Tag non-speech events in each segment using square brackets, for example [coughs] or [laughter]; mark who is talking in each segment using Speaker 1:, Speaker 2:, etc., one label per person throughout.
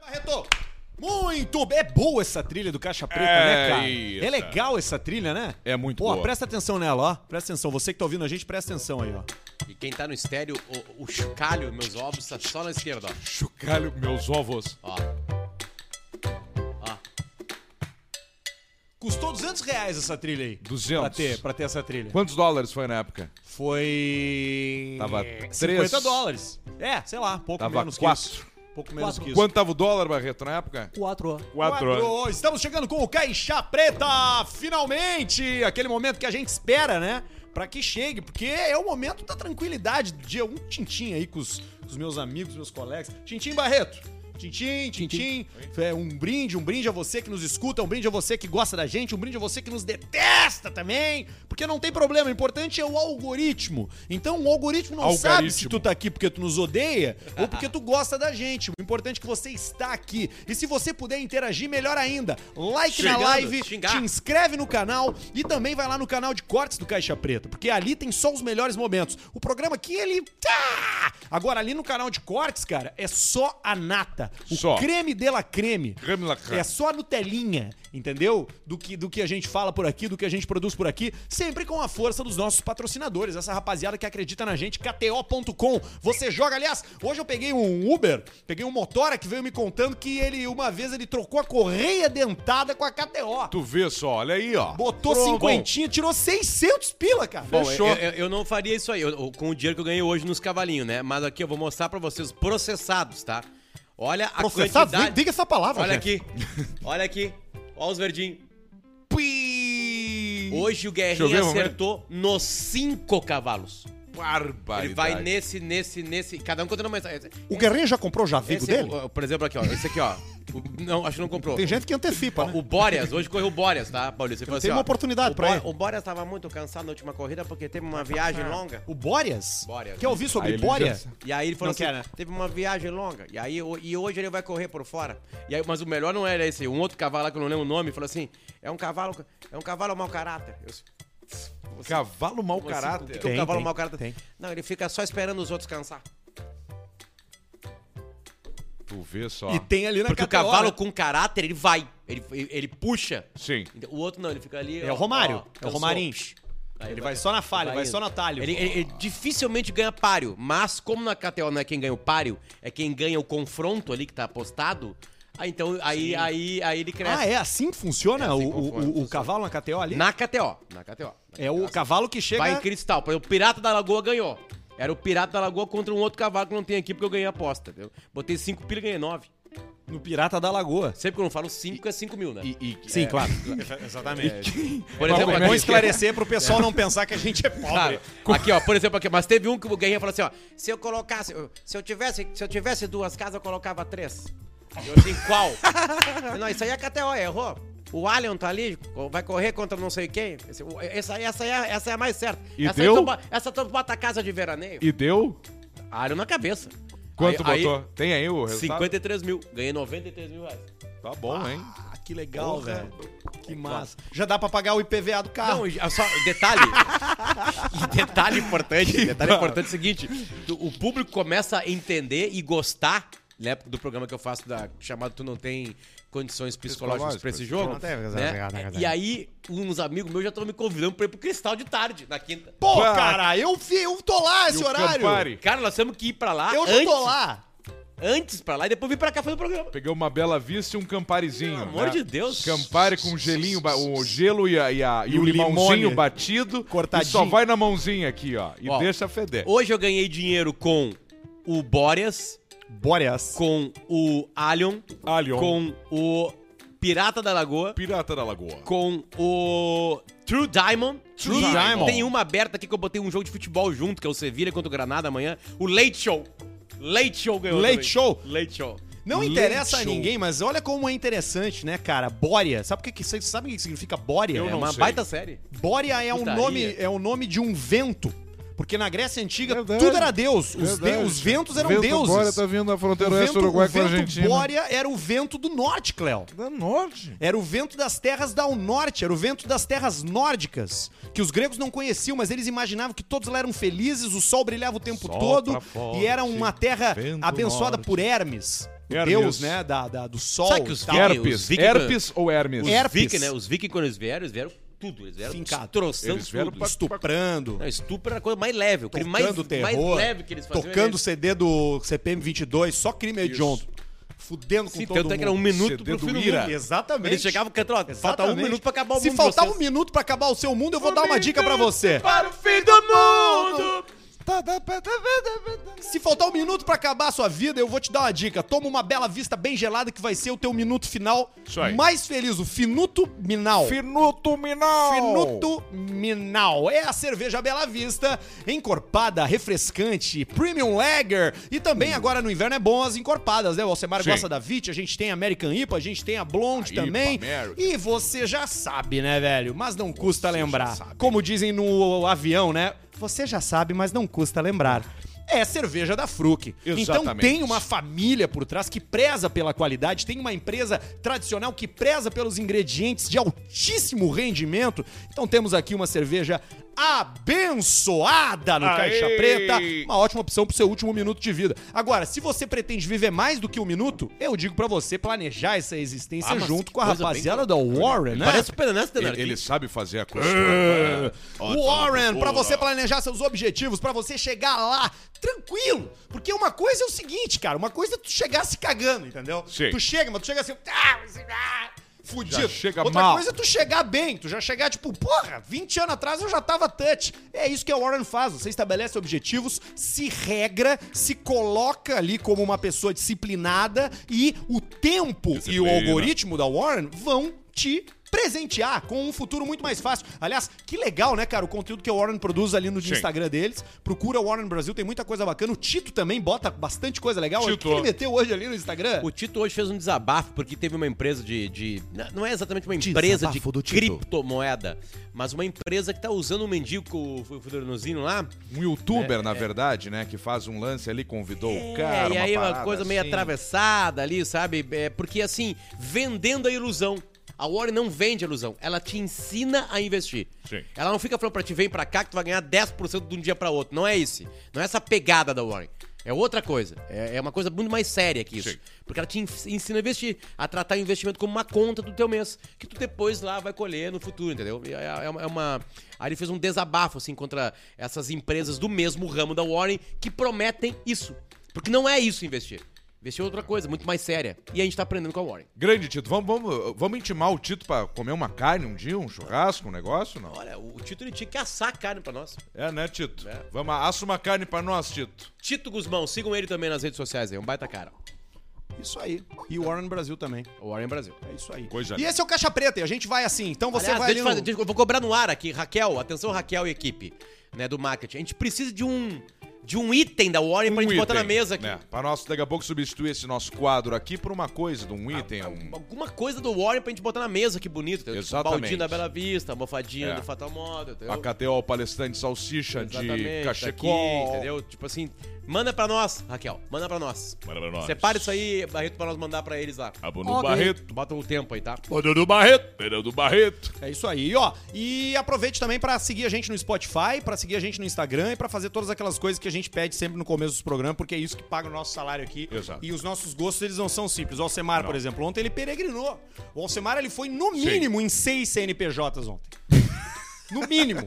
Speaker 1: Barreto! Muito bem! É boa essa trilha do Caixa Preta, né,
Speaker 2: É
Speaker 1: cara?
Speaker 2: isso,
Speaker 1: É legal essa trilha, né?
Speaker 2: É muito
Speaker 1: Pô,
Speaker 2: boa.
Speaker 1: presta atenção nela, ó. Presta atenção. Você que tá ouvindo a gente, presta atenção aí, ó.
Speaker 3: E quem tá no estéreo, o, o chocalho, meus ovos, tá só na esquerda, ó.
Speaker 2: Chucalho, meus ovos.
Speaker 3: Ó. Ó.
Speaker 1: Custou 200 reais essa trilha aí.
Speaker 2: 200.
Speaker 1: Pra ter, pra ter essa trilha.
Speaker 2: Quantos dólares foi na época?
Speaker 1: Foi...
Speaker 2: Tava
Speaker 1: 50
Speaker 2: três.
Speaker 1: dólares. É, sei lá, pouco
Speaker 2: Tava
Speaker 1: menos que isso.
Speaker 2: quatro.
Speaker 1: Pouco menos
Speaker 4: Quatro.
Speaker 1: que isso.
Speaker 2: Quanto tava o dólar, Barreto, na época?
Speaker 4: Quatro, ó.
Speaker 1: Quatro. Estamos chegando com o Caixa Preta, finalmente! Aquele momento que a gente espera, né? Pra que chegue, porque é o momento da tranquilidade de um tintim aí com os, com os meus amigos, meus colegas. Tintim Barreto! Tintim, tintim, é um brinde, um brinde a você que nos escuta, um brinde a você que gosta da gente, um brinde a você que nos detesta também, porque não tem problema, o importante é o algoritmo. Então o algoritmo não sabe se
Speaker 2: Algaritmo.
Speaker 1: tu tu tá aqui porque tu nos odeia ou porque tu gosta da gente. O importante é que você está aqui. E se você puder interagir, melhor ainda. Like
Speaker 3: Xingando,
Speaker 1: na live,
Speaker 3: xingar.
Speaker 1: te inscreve no canal e também vai lá no canal de cortes do Caixa Preta, porque ali tem só os melhores momentos. O programa aqui, ele... tá! Agora, ali no canal de cortes, cara, é só a nata. O
Speaker 2: Só.
Speaker 1: creme de la creme.
Speaker 2: Creme de la creme.
Speaker 1: É só a Nutelinha, entendeu? Do que, do que a gente fala por aqui, do que a gente produz por aqui, sempre com a força dos nossos patrocinadores, essa rapaziada que acredita na gente, KTO.com. Você joga, aliás, hoje eu peguei um Uber, peguei um motora que veio me contando que ele, uma vez, ele trocou a correia dentada com a KTO.
Speaker 2: Tu vê só, olha aí, ó.
Speaker 1: Botou
Speaker 2: Bom,
Speaker 1: cinquentinha, tirou 600 pila, cara.
Speaker 3: Bom,
Speaker 2: Fechou.
Speaker 3: eu, eu- eu não faria isso aí, eu- eu- com o dinheiro que eu ganhei hoje nos cavalinhos, né? Mas aqui eu vou mostrar pra vocês os processados, tá? Olha a
Speaker 1: Processados?
Speaker 3: quantidade...
Speaker 1: Diga essa palavra, cara.
Speaker 3: Olha aqui, olha aqui, olha os verdinhos.
Speaker 2: Pi...
Speaker 3: Hoje o
Speaker 2: eu ver
Speaker 3: Guerrinha
Speaker 2: um momento.
Speaker 3: acertou nos cinco cavalos.
Speaker 2: Barbaridade.
Speaker 3: Ele vai nesse, nesse, nesse. Cada um contando uma mensagem.
Speaker 1: O Guerrinha já comprou o Javigo
Speaker 3: Esse, é
Speaker 1: dele?
Speaker 3: o- por exemplo, aqui, ó. Esse aqui, ó. O- não, acho que não comprou.
Speaker 1: Tem gente que antecipa, né?
Speaker 3: O Bórias, hoje correu o Bórias, tá, Paulista? Ele falou
Speaker 1: Tem uma
Speaker 3: ó,
Speaker 1: oportunidade
Speaker 3: o
Speaker 1: pra
Speaker 3: Bó-
Speaker 1: ele. Tá
Speaker 3: O Bórias tava muito cansado na última corrida porque teve uma viagem longa.
Speaker 1: O Bórias?
Speaker 3: Bórias.
Speaker 1: Quer ouvir sobre
Speaker 2: Aí ele
Speaker 1: Bórias?
Speaker 2: já-
Speaker 3: E aí ele falou
Speaker 1: Não
Speaker 3: assim,
Speaker 1: quer, né?
Speaker 3: teve uma viagem longa. E aí o- e hoje ele vai correr por fora. E aí, mas o melhor não era esse. Um outro cavalo lá que eu não lembro o nome falou assim: "É um cavalo, é um cavalo mau caráter". Eu disse,
Speaker 2: Cavalo mau
Speaker 3: "Como assim? Por que
Speaker 2: caráter.
Speaker 3: que é um
Speaker 1: Tem,
Speaker 3: cavalo
Speaker 1: tem,
Speaker 3: mau caráter?
Speaker 1: tem.
Speaker 3: Não, ele fica só esperando os outros cansar.
Speaker 2: Tu vê só.
Speaker 1: E tem ali na
Speaker 3: Porque o
Speaker 1: KTO,
Speaker 3: cavalo
Speaker 1: né?
Speaker 3: com caráter, ele vai, ele, ele, ele puxa.
Speaker 2: Sim.
Speaker 3: Então, O outro não, ele fica ali.
Speaker 1: É
Speaker 3: ó,
Speaker 1: o Romário.
Speaker 3: ó,
Speaker 1: é o
Speaker 3: cansou.
Speaker 1: Romarinho.
Speaker 3: Aí
Speaker 1: Ele vai só na falha, vai
Speaker 3: indo.
Speaker 1: só no atalho.
Speaker 3: Ele, ele- ele dificilmente ganha páreo, mas como na KTO não é quem ganha o páreo, é quem ganha o confronto ali que tá apostado, aí então aí, aí, aí ele cresce.
Speaker 1: Ah, é assim que funciona
Speaker 3: É
Speaker 1: o,
Speaker 3: assim que funciona,
Speaker 1: o- o- o
Speaker 3: funciona.
Speaker 1: cavalo na KTO ali?
Speaker 3: Na KTO. Na KTO.
Speaker 1: É o cavalo que chega.
Speaker 3: Vai em cristal. Por exemplo, o Pirata da Lagoa ganhou. Era o Pirata da Lagoa contra um outro cavalo que não tem aqui porque eu ganhei a aposta. entendeu? Botei 5 pila e ganhei 9.
Speaker 1: No Pirata da Lagoa. É.
Speaker 3: Sempre que eu não falo 5 é 5 mil, né?
Speaker 1: Sim, claro.
Speaker 3: Exatamente. Por
Speaker 2: Mas
Speaker 3: exemplo,
Speaker 2: como
Speaker 1: É
Speaker 3: aqui,
Speaker 1: bom esclarecer pro pessoal não pensar que a gente é pobre.
Speaker 3: Claro. Aqui, ó, por exemplo, aqui, mas teve um que o Guerrinha falou assim, ó, se eu colocasse, se eu tivesse, se eu tivesse duas casas, eu colocava três. E eu assim,
Speaker 2: [laughs]
Speaker 3: qual? não, isso aí é KTO, errou. O Alien tá ali, co- vai correr contra não sei quem. Esse- o- Essa, essa, é, a- essa é a mais certa.
Speaker 2: E
Speaker 3: essa
Speaker 2: deu?
Speaker 3: Aí tu, bo- essa tu bota a casa de veraneio.
Speaker 2: E deu?
Speaker 3: Alien na cabeça.
Speaker 2: Quanto
Speaker 3: Aí-
Speaker 2: botou? tem aí o
Speaker 3: Aí,
Speaker 2: resultado?
Speaker 3: 53 mil. Ganhei 93 mil reais.
Speaker 2: Tá bom, hein?
Speaker 1: Ah, que legal, velho. Que massa. Já dá pra pagar o IPVA do carro.
Speaker 3: Não, e- ah, só
Speaker 4: [laughs]
Speaker 3: detalhe. E detalhe importante, detalhe importante é o seguinte, tu- o público começa a entender e gostar, né, do programa que eu faço da chamado Tu não tem condições psicológicas pra esse jogo,
Speaker 4: Não tem,
Speaker 3: né? E aí uns amigos meus já estão me convidando pra ir pro Cristal de tarde, na quinta.
Speaker 1: Pô,
Speaker 2: Bah.
Speaker 1: cara, eu, vi, eu tô lá esse
Speaker 2: E o
Speaker 1: horário.
Speaker 2: Campari?
Speaker 3: Cara, nós temos que ir pra lá
Speaker 1: Eu já
Speaker 3: Ah, antes,
Speaker 1: tô lá.
Speaker 3: antes pra lá e depois vir pra cá fazer o programa.
Speaker 2: Peguei uma bela vista e um camparizinho.
Speaker 3: Pelo amor
Speaker 2: né?
Speaker 3: de Deus.
Speaker 2: Campari com gelinho, ba- o gelo e, a- e a- e
Speaker 1: E
Speaker 2: o
Speaker 1: o
Speaker 2: limãozinho
Speaker 1: limone.
Speaker 2: batido.
Speaker 1: Cortadinho.
Speaker 2: E só vai na mãozinha aqui, ó. E
Speaker 3: Ó,
Speaker 2: deixa feder.
Speaker 3: Hoje eu ganhei dinheiro com o Bórias,
Speaker 1: Bóreas.
Speaker 3: com o Alien,
Speaker 2: Alien.
Speaker 3: com o Pirata da Lagoa,
Speaker 2: Pirata da Lagoa.
Speaker 3: com o True Diamond.
Speaker 1: True
Speaker 3: E
Speaker 1: Diamond.
Speaker 3: Tem uma aberta aqui que eu botei um jogo de futebol junto, que é o Sevilha contra o Granada amanhã. O Late Show. Late Show ganhou.
Speaker 1: Late
Speaker 3: também.
Speaker 1: Show?
Speaker 3: Late Show.
Speaker 1: Não
Speaker 2: Leite
Speaker 1: interessa a
Speaker 2: show.
Speaker 1: ninguém, mas olha como é interessante, né, cara? Bórea. Sabe o que, que vocês sabem o que significa bórea?
Speaker 2: Eu
Speaker 3: É
Speaker 2: não
Speaker 3: uma
Speaker 2: sei.
Speaker 3: baita série.
Speaker 1: Bórea é um
Speaker 3: Putaria.
Speaker 1: nome, é o nome de um vento. Porque na Grécia Antiga
Speaker 5: Verdade.
Speaker 1: tudo era deus. Os,
Speaker 5: Verdade.
Speaker 1: de- os ventos eram
Speaker 5: vento
Speaker 1: deuses.
Speaker 5: Bória tá vindo da
Speaker 1: o
Speaker 5: fronteira oeste
Speaker 1: vento,
Speaker 5: do Uruguai
Speaker 1: o
Speaker 5: com a
Speaker 1: vento
Speaker 5: Argentina.
Speaker 1: Bórea era o vento do norte, Cléo.
Speaker 5: Da norte.
Speaker 1: Era o vento das terras da ao norte, era o vento das terras nórdicas, que os gregos não conheciam, mas eles imaginavam que todos lá eram felizes, o sol brilhava o tempo
Speaker 5: Sol
Speaker 1: todo
Speaker 5: pra forte,
Speaker 1: e era uma terra
Speaker 5: vento
Speaker 1: abençoada
Speaker 5: norte.
Speaker 1: por Hermes. deus,
Speaker 2: Hermes.
Speaker 1: né, da, da- do sol. tá
Speaker 3: Sabe que os
Speaker 1: e tal.
Speaker 3: Vic-
Speaker 2: Herpes.
Speaker 3: os Viking-
Speaker 2: Herpes ou Hermes?
Speaker 3: Os
Speaker 1: Herpes.
Speaker 3: Viking, né? Os Viking, quando eles vieram, eles vieram tudo. Eles vieram
Speaker 1: Fincado.
Speaker 3: destroçando
Speaker 2: Eles vieram
Speaker 3: tudo.
Speaker 2: pra-
Speaker 1: estuprando,
Speaker 3: Não, estupro era a coisa mais leve. O crime mais,
Speaker 1: tocando terror,
Speaker 3: mais leve que eles faziam. né? era
Speaker 1: tocando
Speaker 3: esse.
Speaker 1: CD do CPM 22, só crime hediondo. Fudendo com
Speaker 3: Sim,
Speaker 1: todo
Speaker 3: tanto
Speaker 1: mundo.
Speaker 3: é que era um minuto
Speaker 2: CD
Speaker 3: pro
Speaker 2: do
Speaker 3: fim do
Speaker 2: Ira.
Speaker 3: mundo.
Speaker 1: Exatamente.
Speaker 3: Eles chegavam cantando, ó, falta um
Speaker 1: Exatamente.
Speaker 3: minuto pra acabar o
Speaker 1: Se
Speaker 3: mundo.
Speaker 1: faltar
Speaker 3: vocês.
Speaker 1: um minuto pra acabar o seu mundo, eu vou dar uma dica pra você. Tá,
Speaker 3: Para o fim do mundo!
Speaker 1: Se faltar um minuto pra acabar a sua vida, eu vou te dar uma dica. Toma uma bela vista bem gelada que vai ser o teu minuto final
Speaker 2: Isso aí.
Speaker 1: mais feliz, o finuto minal.
Speaker 2: Finuto Minal.
Speaker 1: Finuto Minal. É a cerveja Bela Vista, encorpada, refrescante, premium lager. E também agora no inverno é bom as encorpadas, né? O Alcemar
Speaker 2: Hum. Sim.
Speaker 1: gosta da VIT, a gente tem a American IPA, a gente tem a Blonde
Speaker 2: A
Speaker 1: também.
Speaker 2: IPA American.
Speaker 1: E você já sabe, né, velho? Mas não custa lembrar.
Speaker 2: sabe.
Speaker 1: Como dizem no avião, né? Você já sabe, mas não custa lembrar. É cerveja da Fruc. Então
Speaker 2: Exatamente.
Speaker 1: tem uma família por trás que preza pela qualidade, tem uma empresa tradicional que preza pelos ingredientes de altíssimo rendimento. Então temos aqui uma cerveja abençoada no
Speaker 2: Aê!
Speaker 1: Caixa Preta, uma ótima opção pro seu último minuto de vida. Agora, se você pretende viver mais do que um minuto, eu digo pra você planejar essa existência
Speaker 3: Ah, mas
Speaker 1: junto
Speaker 3: que
Speaker 1: com a
Speaker 3: coisa bem
Speaker 1: rapaziada da Warren, né?
Speaker 3: Parece o Pedro Ernesto, né?
Speaker 2: Ele, ele sabe
Speaker 1: Ah.
Speaker 2: fazer a costura.
Speaker 1: Warren, pra você
Speaker 2: planejar.
Speaker 1: planejar seus objetivos, pra você chegar lá tranquilo. Porque uma coisa é o seguinte, cara, uma coisa é tu chegar se cagando, entendeu?
Speaker 2: Sim.
Speaker 1: Tu chega, mas tu chega assim, ah, assim, ah, fudido.
Speaker 2: Já chega
Speaker 1: Outra
Speaker 2: mal.
Speaker 1: coisa é tu chegar bem, tu já chegar tipo, porra, 20 anos atrás eu já tava touch. É isso que a Warren faz, você estabelece objetivos, se regra, se coloca ali como uma pessoa disciplinada e o tempo e o
Speaker 2: Disciplina.
Speaker 1: algoritmo ritmo da Warren vão te presentear com um futuro muito mais fácil. Aliás, que legal, né, cara? O conteúdo que a Warren produz ali no
Speaker 2: Sim.
Speaker 1: Instagram deles. Procura Warren Brasil, tem muita coisa bacana. O Tito também bota bastante coisa legal.
Speaker 2: Tito.
Speaker 1: O que ele meteu hoje ali no Instagram?
Speaker 3: O Tito hoje fez um desabafo porque teve uma empresa de. de- não é exatamente uma empresa
Speaker 1: Desabafo do
Speaker 3: de
Speaker 1: Tito.
Speaker 3: criptomoeda, mas uma empresa que tá usando um mendigo, o Fudornozinho lá.
Speaker 2: Um youtuber, na verdade, né? Que faz um lance ali, convidou o cara.
Speaker 3: é, e aí uma,
Speaker 2: parada
Speaker 3: coisa meio
Speaker 2: assim.
Speaker 3: atravessada ali, sabe? É, porque assim, vendendo a ilusão. A Warren não vende a ilusão, ela te ensina a investir.
Speaker 2: Sim.
Speaker 3: Ela não fica falando pra ti, vem pra cá que tu vai ganhar 10% de um dia pra outro. Não é esse. Não é essa pegada da Warren. É outra coisa. É, é uma coisa muito mais séria que isso.
Speaker 2: Sim.
Speaker 3: Porque ela te ens- ensina a investir, a tratar o investimento como uma conta do teu mês, que tu depois lá vai colher no futuro, entendeu? E É, é uma, é uma- Aí ele fez um desabafo, assim, contra essas empresas do mesmo ramo da Warren que prometem isso. Porque não é isso investir. Investir é outra coisa, muito mais séria. E a gente tá aprendendo com a Warren.
Speaker 2: Grande Tito, vamos, vamos, vamos intimar o Tito pra comer uma carne um dia, um churrasco, um negócio, não?
Speaker 3: Olha, o Tito ele tinha que assar a carne pra nós.
Speaker 2: É, né, Tito?
Speaker 3: É.
Speaker 2: Vamos, assa uma carne pra nós, Tito.
Speaker 3: Tito Guzmão, sigam ele também nas redes sociais aí, é um baita cara.
Speaker 1: Isso aí. E o Warren Brasil também.
Speaker 3: Warren Brasil.
Speaker 1: É isso aí.
Speaker 2: Coisa
Speaker 1: e
Speaker 2: linda.
Speaker 1: esse é o Caixa Preta e a gente vai assim. Então você
Speaker 3: Aliás,
Speaker 1: vai
Speaker 3: deixa eu
Speaker 1: ali
Speaker 3: fazer,
Speaker 1: no...
Speaker 3: deixa eu- eu vou cobrar no ar aqui, Raquel, atenção Raquel e equipe, né, do marketing. A gente precisa de um de um item da Warren pra gente botar na mesa aqui.
Speaker 2: É, pra nós, daqui a pouco, substituir esse nosso quadro aqui por uma coisa, de
Speaker 1: Ah,
Speaker 2: um item.
Speaker 1: tá
Speaker 2: um-
Speaker 3: Alguma coisa do Warren pra gente botar na mesa, que bonito. entendeu? Tipo,
Speaker 2: Exatamente.
Speaker 3: Baldinho da Bela Vista, almofadinha
Speaker 2: É.
Speaker 3: do Fatal Moda, entendeu?
Speaker 2: A KTO Palestrante Salsicha
Speaker 3: Exatamente,
Speaker 2: de
Speaker 3: tá aqui,
Speaker 2: Cachecol.
Speaker 3: entendeu? Tipo assim, manda pra nós, Raquel, manda pra nós.
Speaker 2: Manda pra nós.
Speaker 3: Separa isso aí, Barreto, pra nós mandar pra eles lá.
Speaker 2: Abono
Speaker 1: Ok.
Speaker 2: Barreto.
Speaker 3: Bota o tempo aí, tá?
Speaker 2: Pedro do Barreto. Pedro do Barreto.
Speaker 1: É isso aí, ó. E aproveite também pra seguir a gente no Spotify, pra seguir a gente no Instagram e pra fazer todas aquelas coisas que a gente pede sempre no começo dos programas, porque é isso que paga o nosso salário aqui.
Speaker 2: Exato.
Speaker 1: E os nossos gostos, eles não são simples. O Alcemar, por exemplo, ontem ele peregrinou. O Alcemar, ele foi no mínimo em seis CNPJs ontem. [laughs] No mínimo.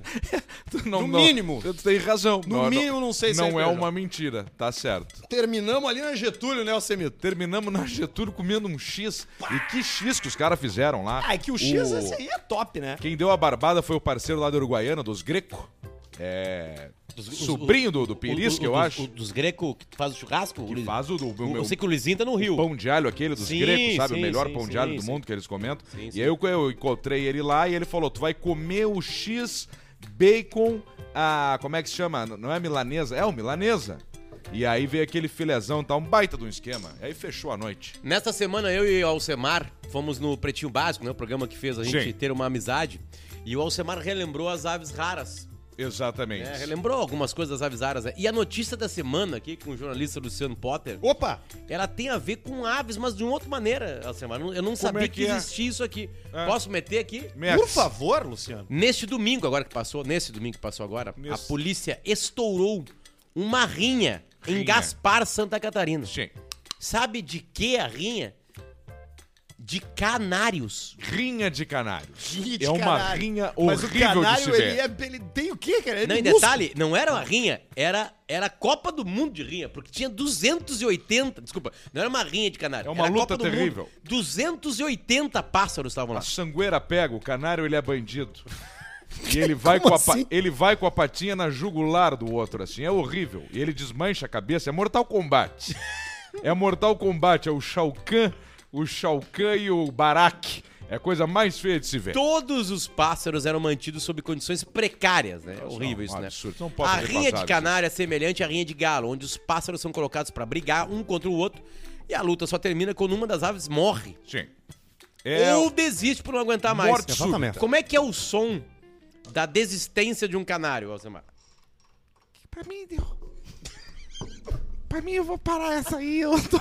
Speaker 2: Não,
Speaker 1: No
Speaker 2: não.
Speaker 1: mínimo.
Speaker 2: Tu tem razão.
Speaker 1: No mínimo, não sei se
Speaker 2: Não
Speaker 1: é
Speaker 2: é uma mentira, tá certo.
Speaker 1: [laughs] Terminamos ali na Getúlio, né, Alcemito?
Speaker 2: Terminamos na Getúlio comendo um X. E que X que os caras fizeram lá.
Speaker 1: Ah, é que o X, esse aí é top, né?
Speaker 2: Quem deu a barbada foi o parceiro lá da Uruguaiana, dos Greco. É.
Speaker 3: Os- os-
Speaker 2: sobrinho do, do Pirisco,
Speaker 3: o- o-
Speaker 2: eu
Speaker 3: dos-
Speaker 2: acho.
Speaker 3: o- dos grecos que faz o churrasco? o
Speaker 2: que
Speaker 3: Luiz-
Speaker 2: faz o do o
Speaker 3: Eu
Speaker 2: meu
Speaker 3: sei que o Luizinho tá no Rio.
Speaker 2: pão de alho aquele dos
Speaker 3: Sim,
Speaker 2: gregos, sabe?
Speaker 3: sim,
Speaker 2: o melhor
Speaker 3: sim,
Speaker 2: pão de
Speaker 3: sim,
Speaker 2: alho do
Speaker 3: sim.
Speaker 2: mundo que eles comentam.
Speaker 3: Sim, sim.
Speaker 2: E aí eu, eu encontrei ele lá e ele falou: tu vai comer o X bacon. A, como é que se chama? N- Não é milanesa? É o milanesa. E aí veio aquele filezão, tá um baita de um esquema. E aí fechou a noite.
Speaker 3: Nesta semana, eu e o Alcemar fomos no Pretinho Básico, né? O programa que fez a gente
Speaker 2: Sim.
Speaker 3: ter uma amizade. E o Alcemar relembrou as aves raras.
Speaker 2: Exatamente.
Speaker 3: né? Relembrou algumas coisas das aves raras. né? E a notícia da semana aqui, com o jornalista Luciano Potter,
Speaker 1: Opa!
Speaker 3: ela tem a ver com aves, mas de uma outra maneira, Alcemar. Eu não- Eu não sabia
Speaker 2: é
Speaker 3: que,
Speaker 2: que é?
Speaker 3: existia isso aqui.
Speaker 2: É.
Speaker 3: Posso meter aqui?
Speaker 2: Max,
Speaker 1: Por favor, Luciano.
Speaker 3: Neste domingo, agora que passou, nesse domingo que passou agora, a
Speaker 2: Nesse.
Speaker 3: polícia estourou uma rinha em
Speaker 2: Rinha.
Speaker 3: Gaspar, Santa Catarina.
Speaker 2: Sim.
Speaker 3: Sabe de que a rinha? De canários.
Speaker 2: Rinha de canários.
Speaker 1: Rinha de
Speaker 2: é uma
Speaker 1: canário.
Speaker 2: rinha
Speaker 1: Mas
Speaker 2: horrível
Speaker 1: o canário,
Speaker 2: de se ver.
Speaker 1: ele, é- ele tem o quê, cara? Ele
Speaker 2: é
Speaker 3: Não, em
Speaker 1: músculo.
Speaker 3: detalhe, não era uma rinha, era, era a Copa do Mundo de rinha, porque tinha 280, desculpa, não era uma rinha de canário.
Speaker 2: É uma
Speaker 3: era a
Speaker 2: luta
Speaker 3: Copa do Mundo.
Speaker 2: terrível.
Speaker 3: 280 pássaros
Speaker 2: A
Speaker 3: estavam lá.
Speaker 2: sangueira pega, o canário ele é bandido.
Speaker 4: [laughs]
Speaker 2: E ele vai, com a, pa-
Speaker 1: assim?
Speaker 2: ele vai com a patinha na jugular do outro, assim, é horrível. E ele desmancha a cabeça, é Mortal Kombat. É Mortal Kombat, é o Shao Kahn, o Shao Kahn e o Barak. É a coisa mais feia de se ver.
Speaker 3: Todos os pássaros eram mantidos sob condições precárias, né? É horrível isso,
Speaker 2: um
Speaker 3: né?
Speaker 2: absurdo. Não pode
Speaker 3: A
Speaker 2: ser
Speaker 3: rinha de
Speaker 2: passado,
Speaker 3: canário é semelhante à rinha de galo, onde os pássaros são colocados pra brigar um contra o outro e a luta só termina quando uma das aves morre.
Speaker 2: Sim. É,
Speaker 3: Ou desiste por não aguentar mais.
Speaker 2: Morte súbita.
Speaker 1: Exatamente.
Speaker 3: Como é que é o som da desistência de um canário, Alcemar?
Speaker 4: Pra mim deu. Pra mim eu vou parar essa aí, eu tô.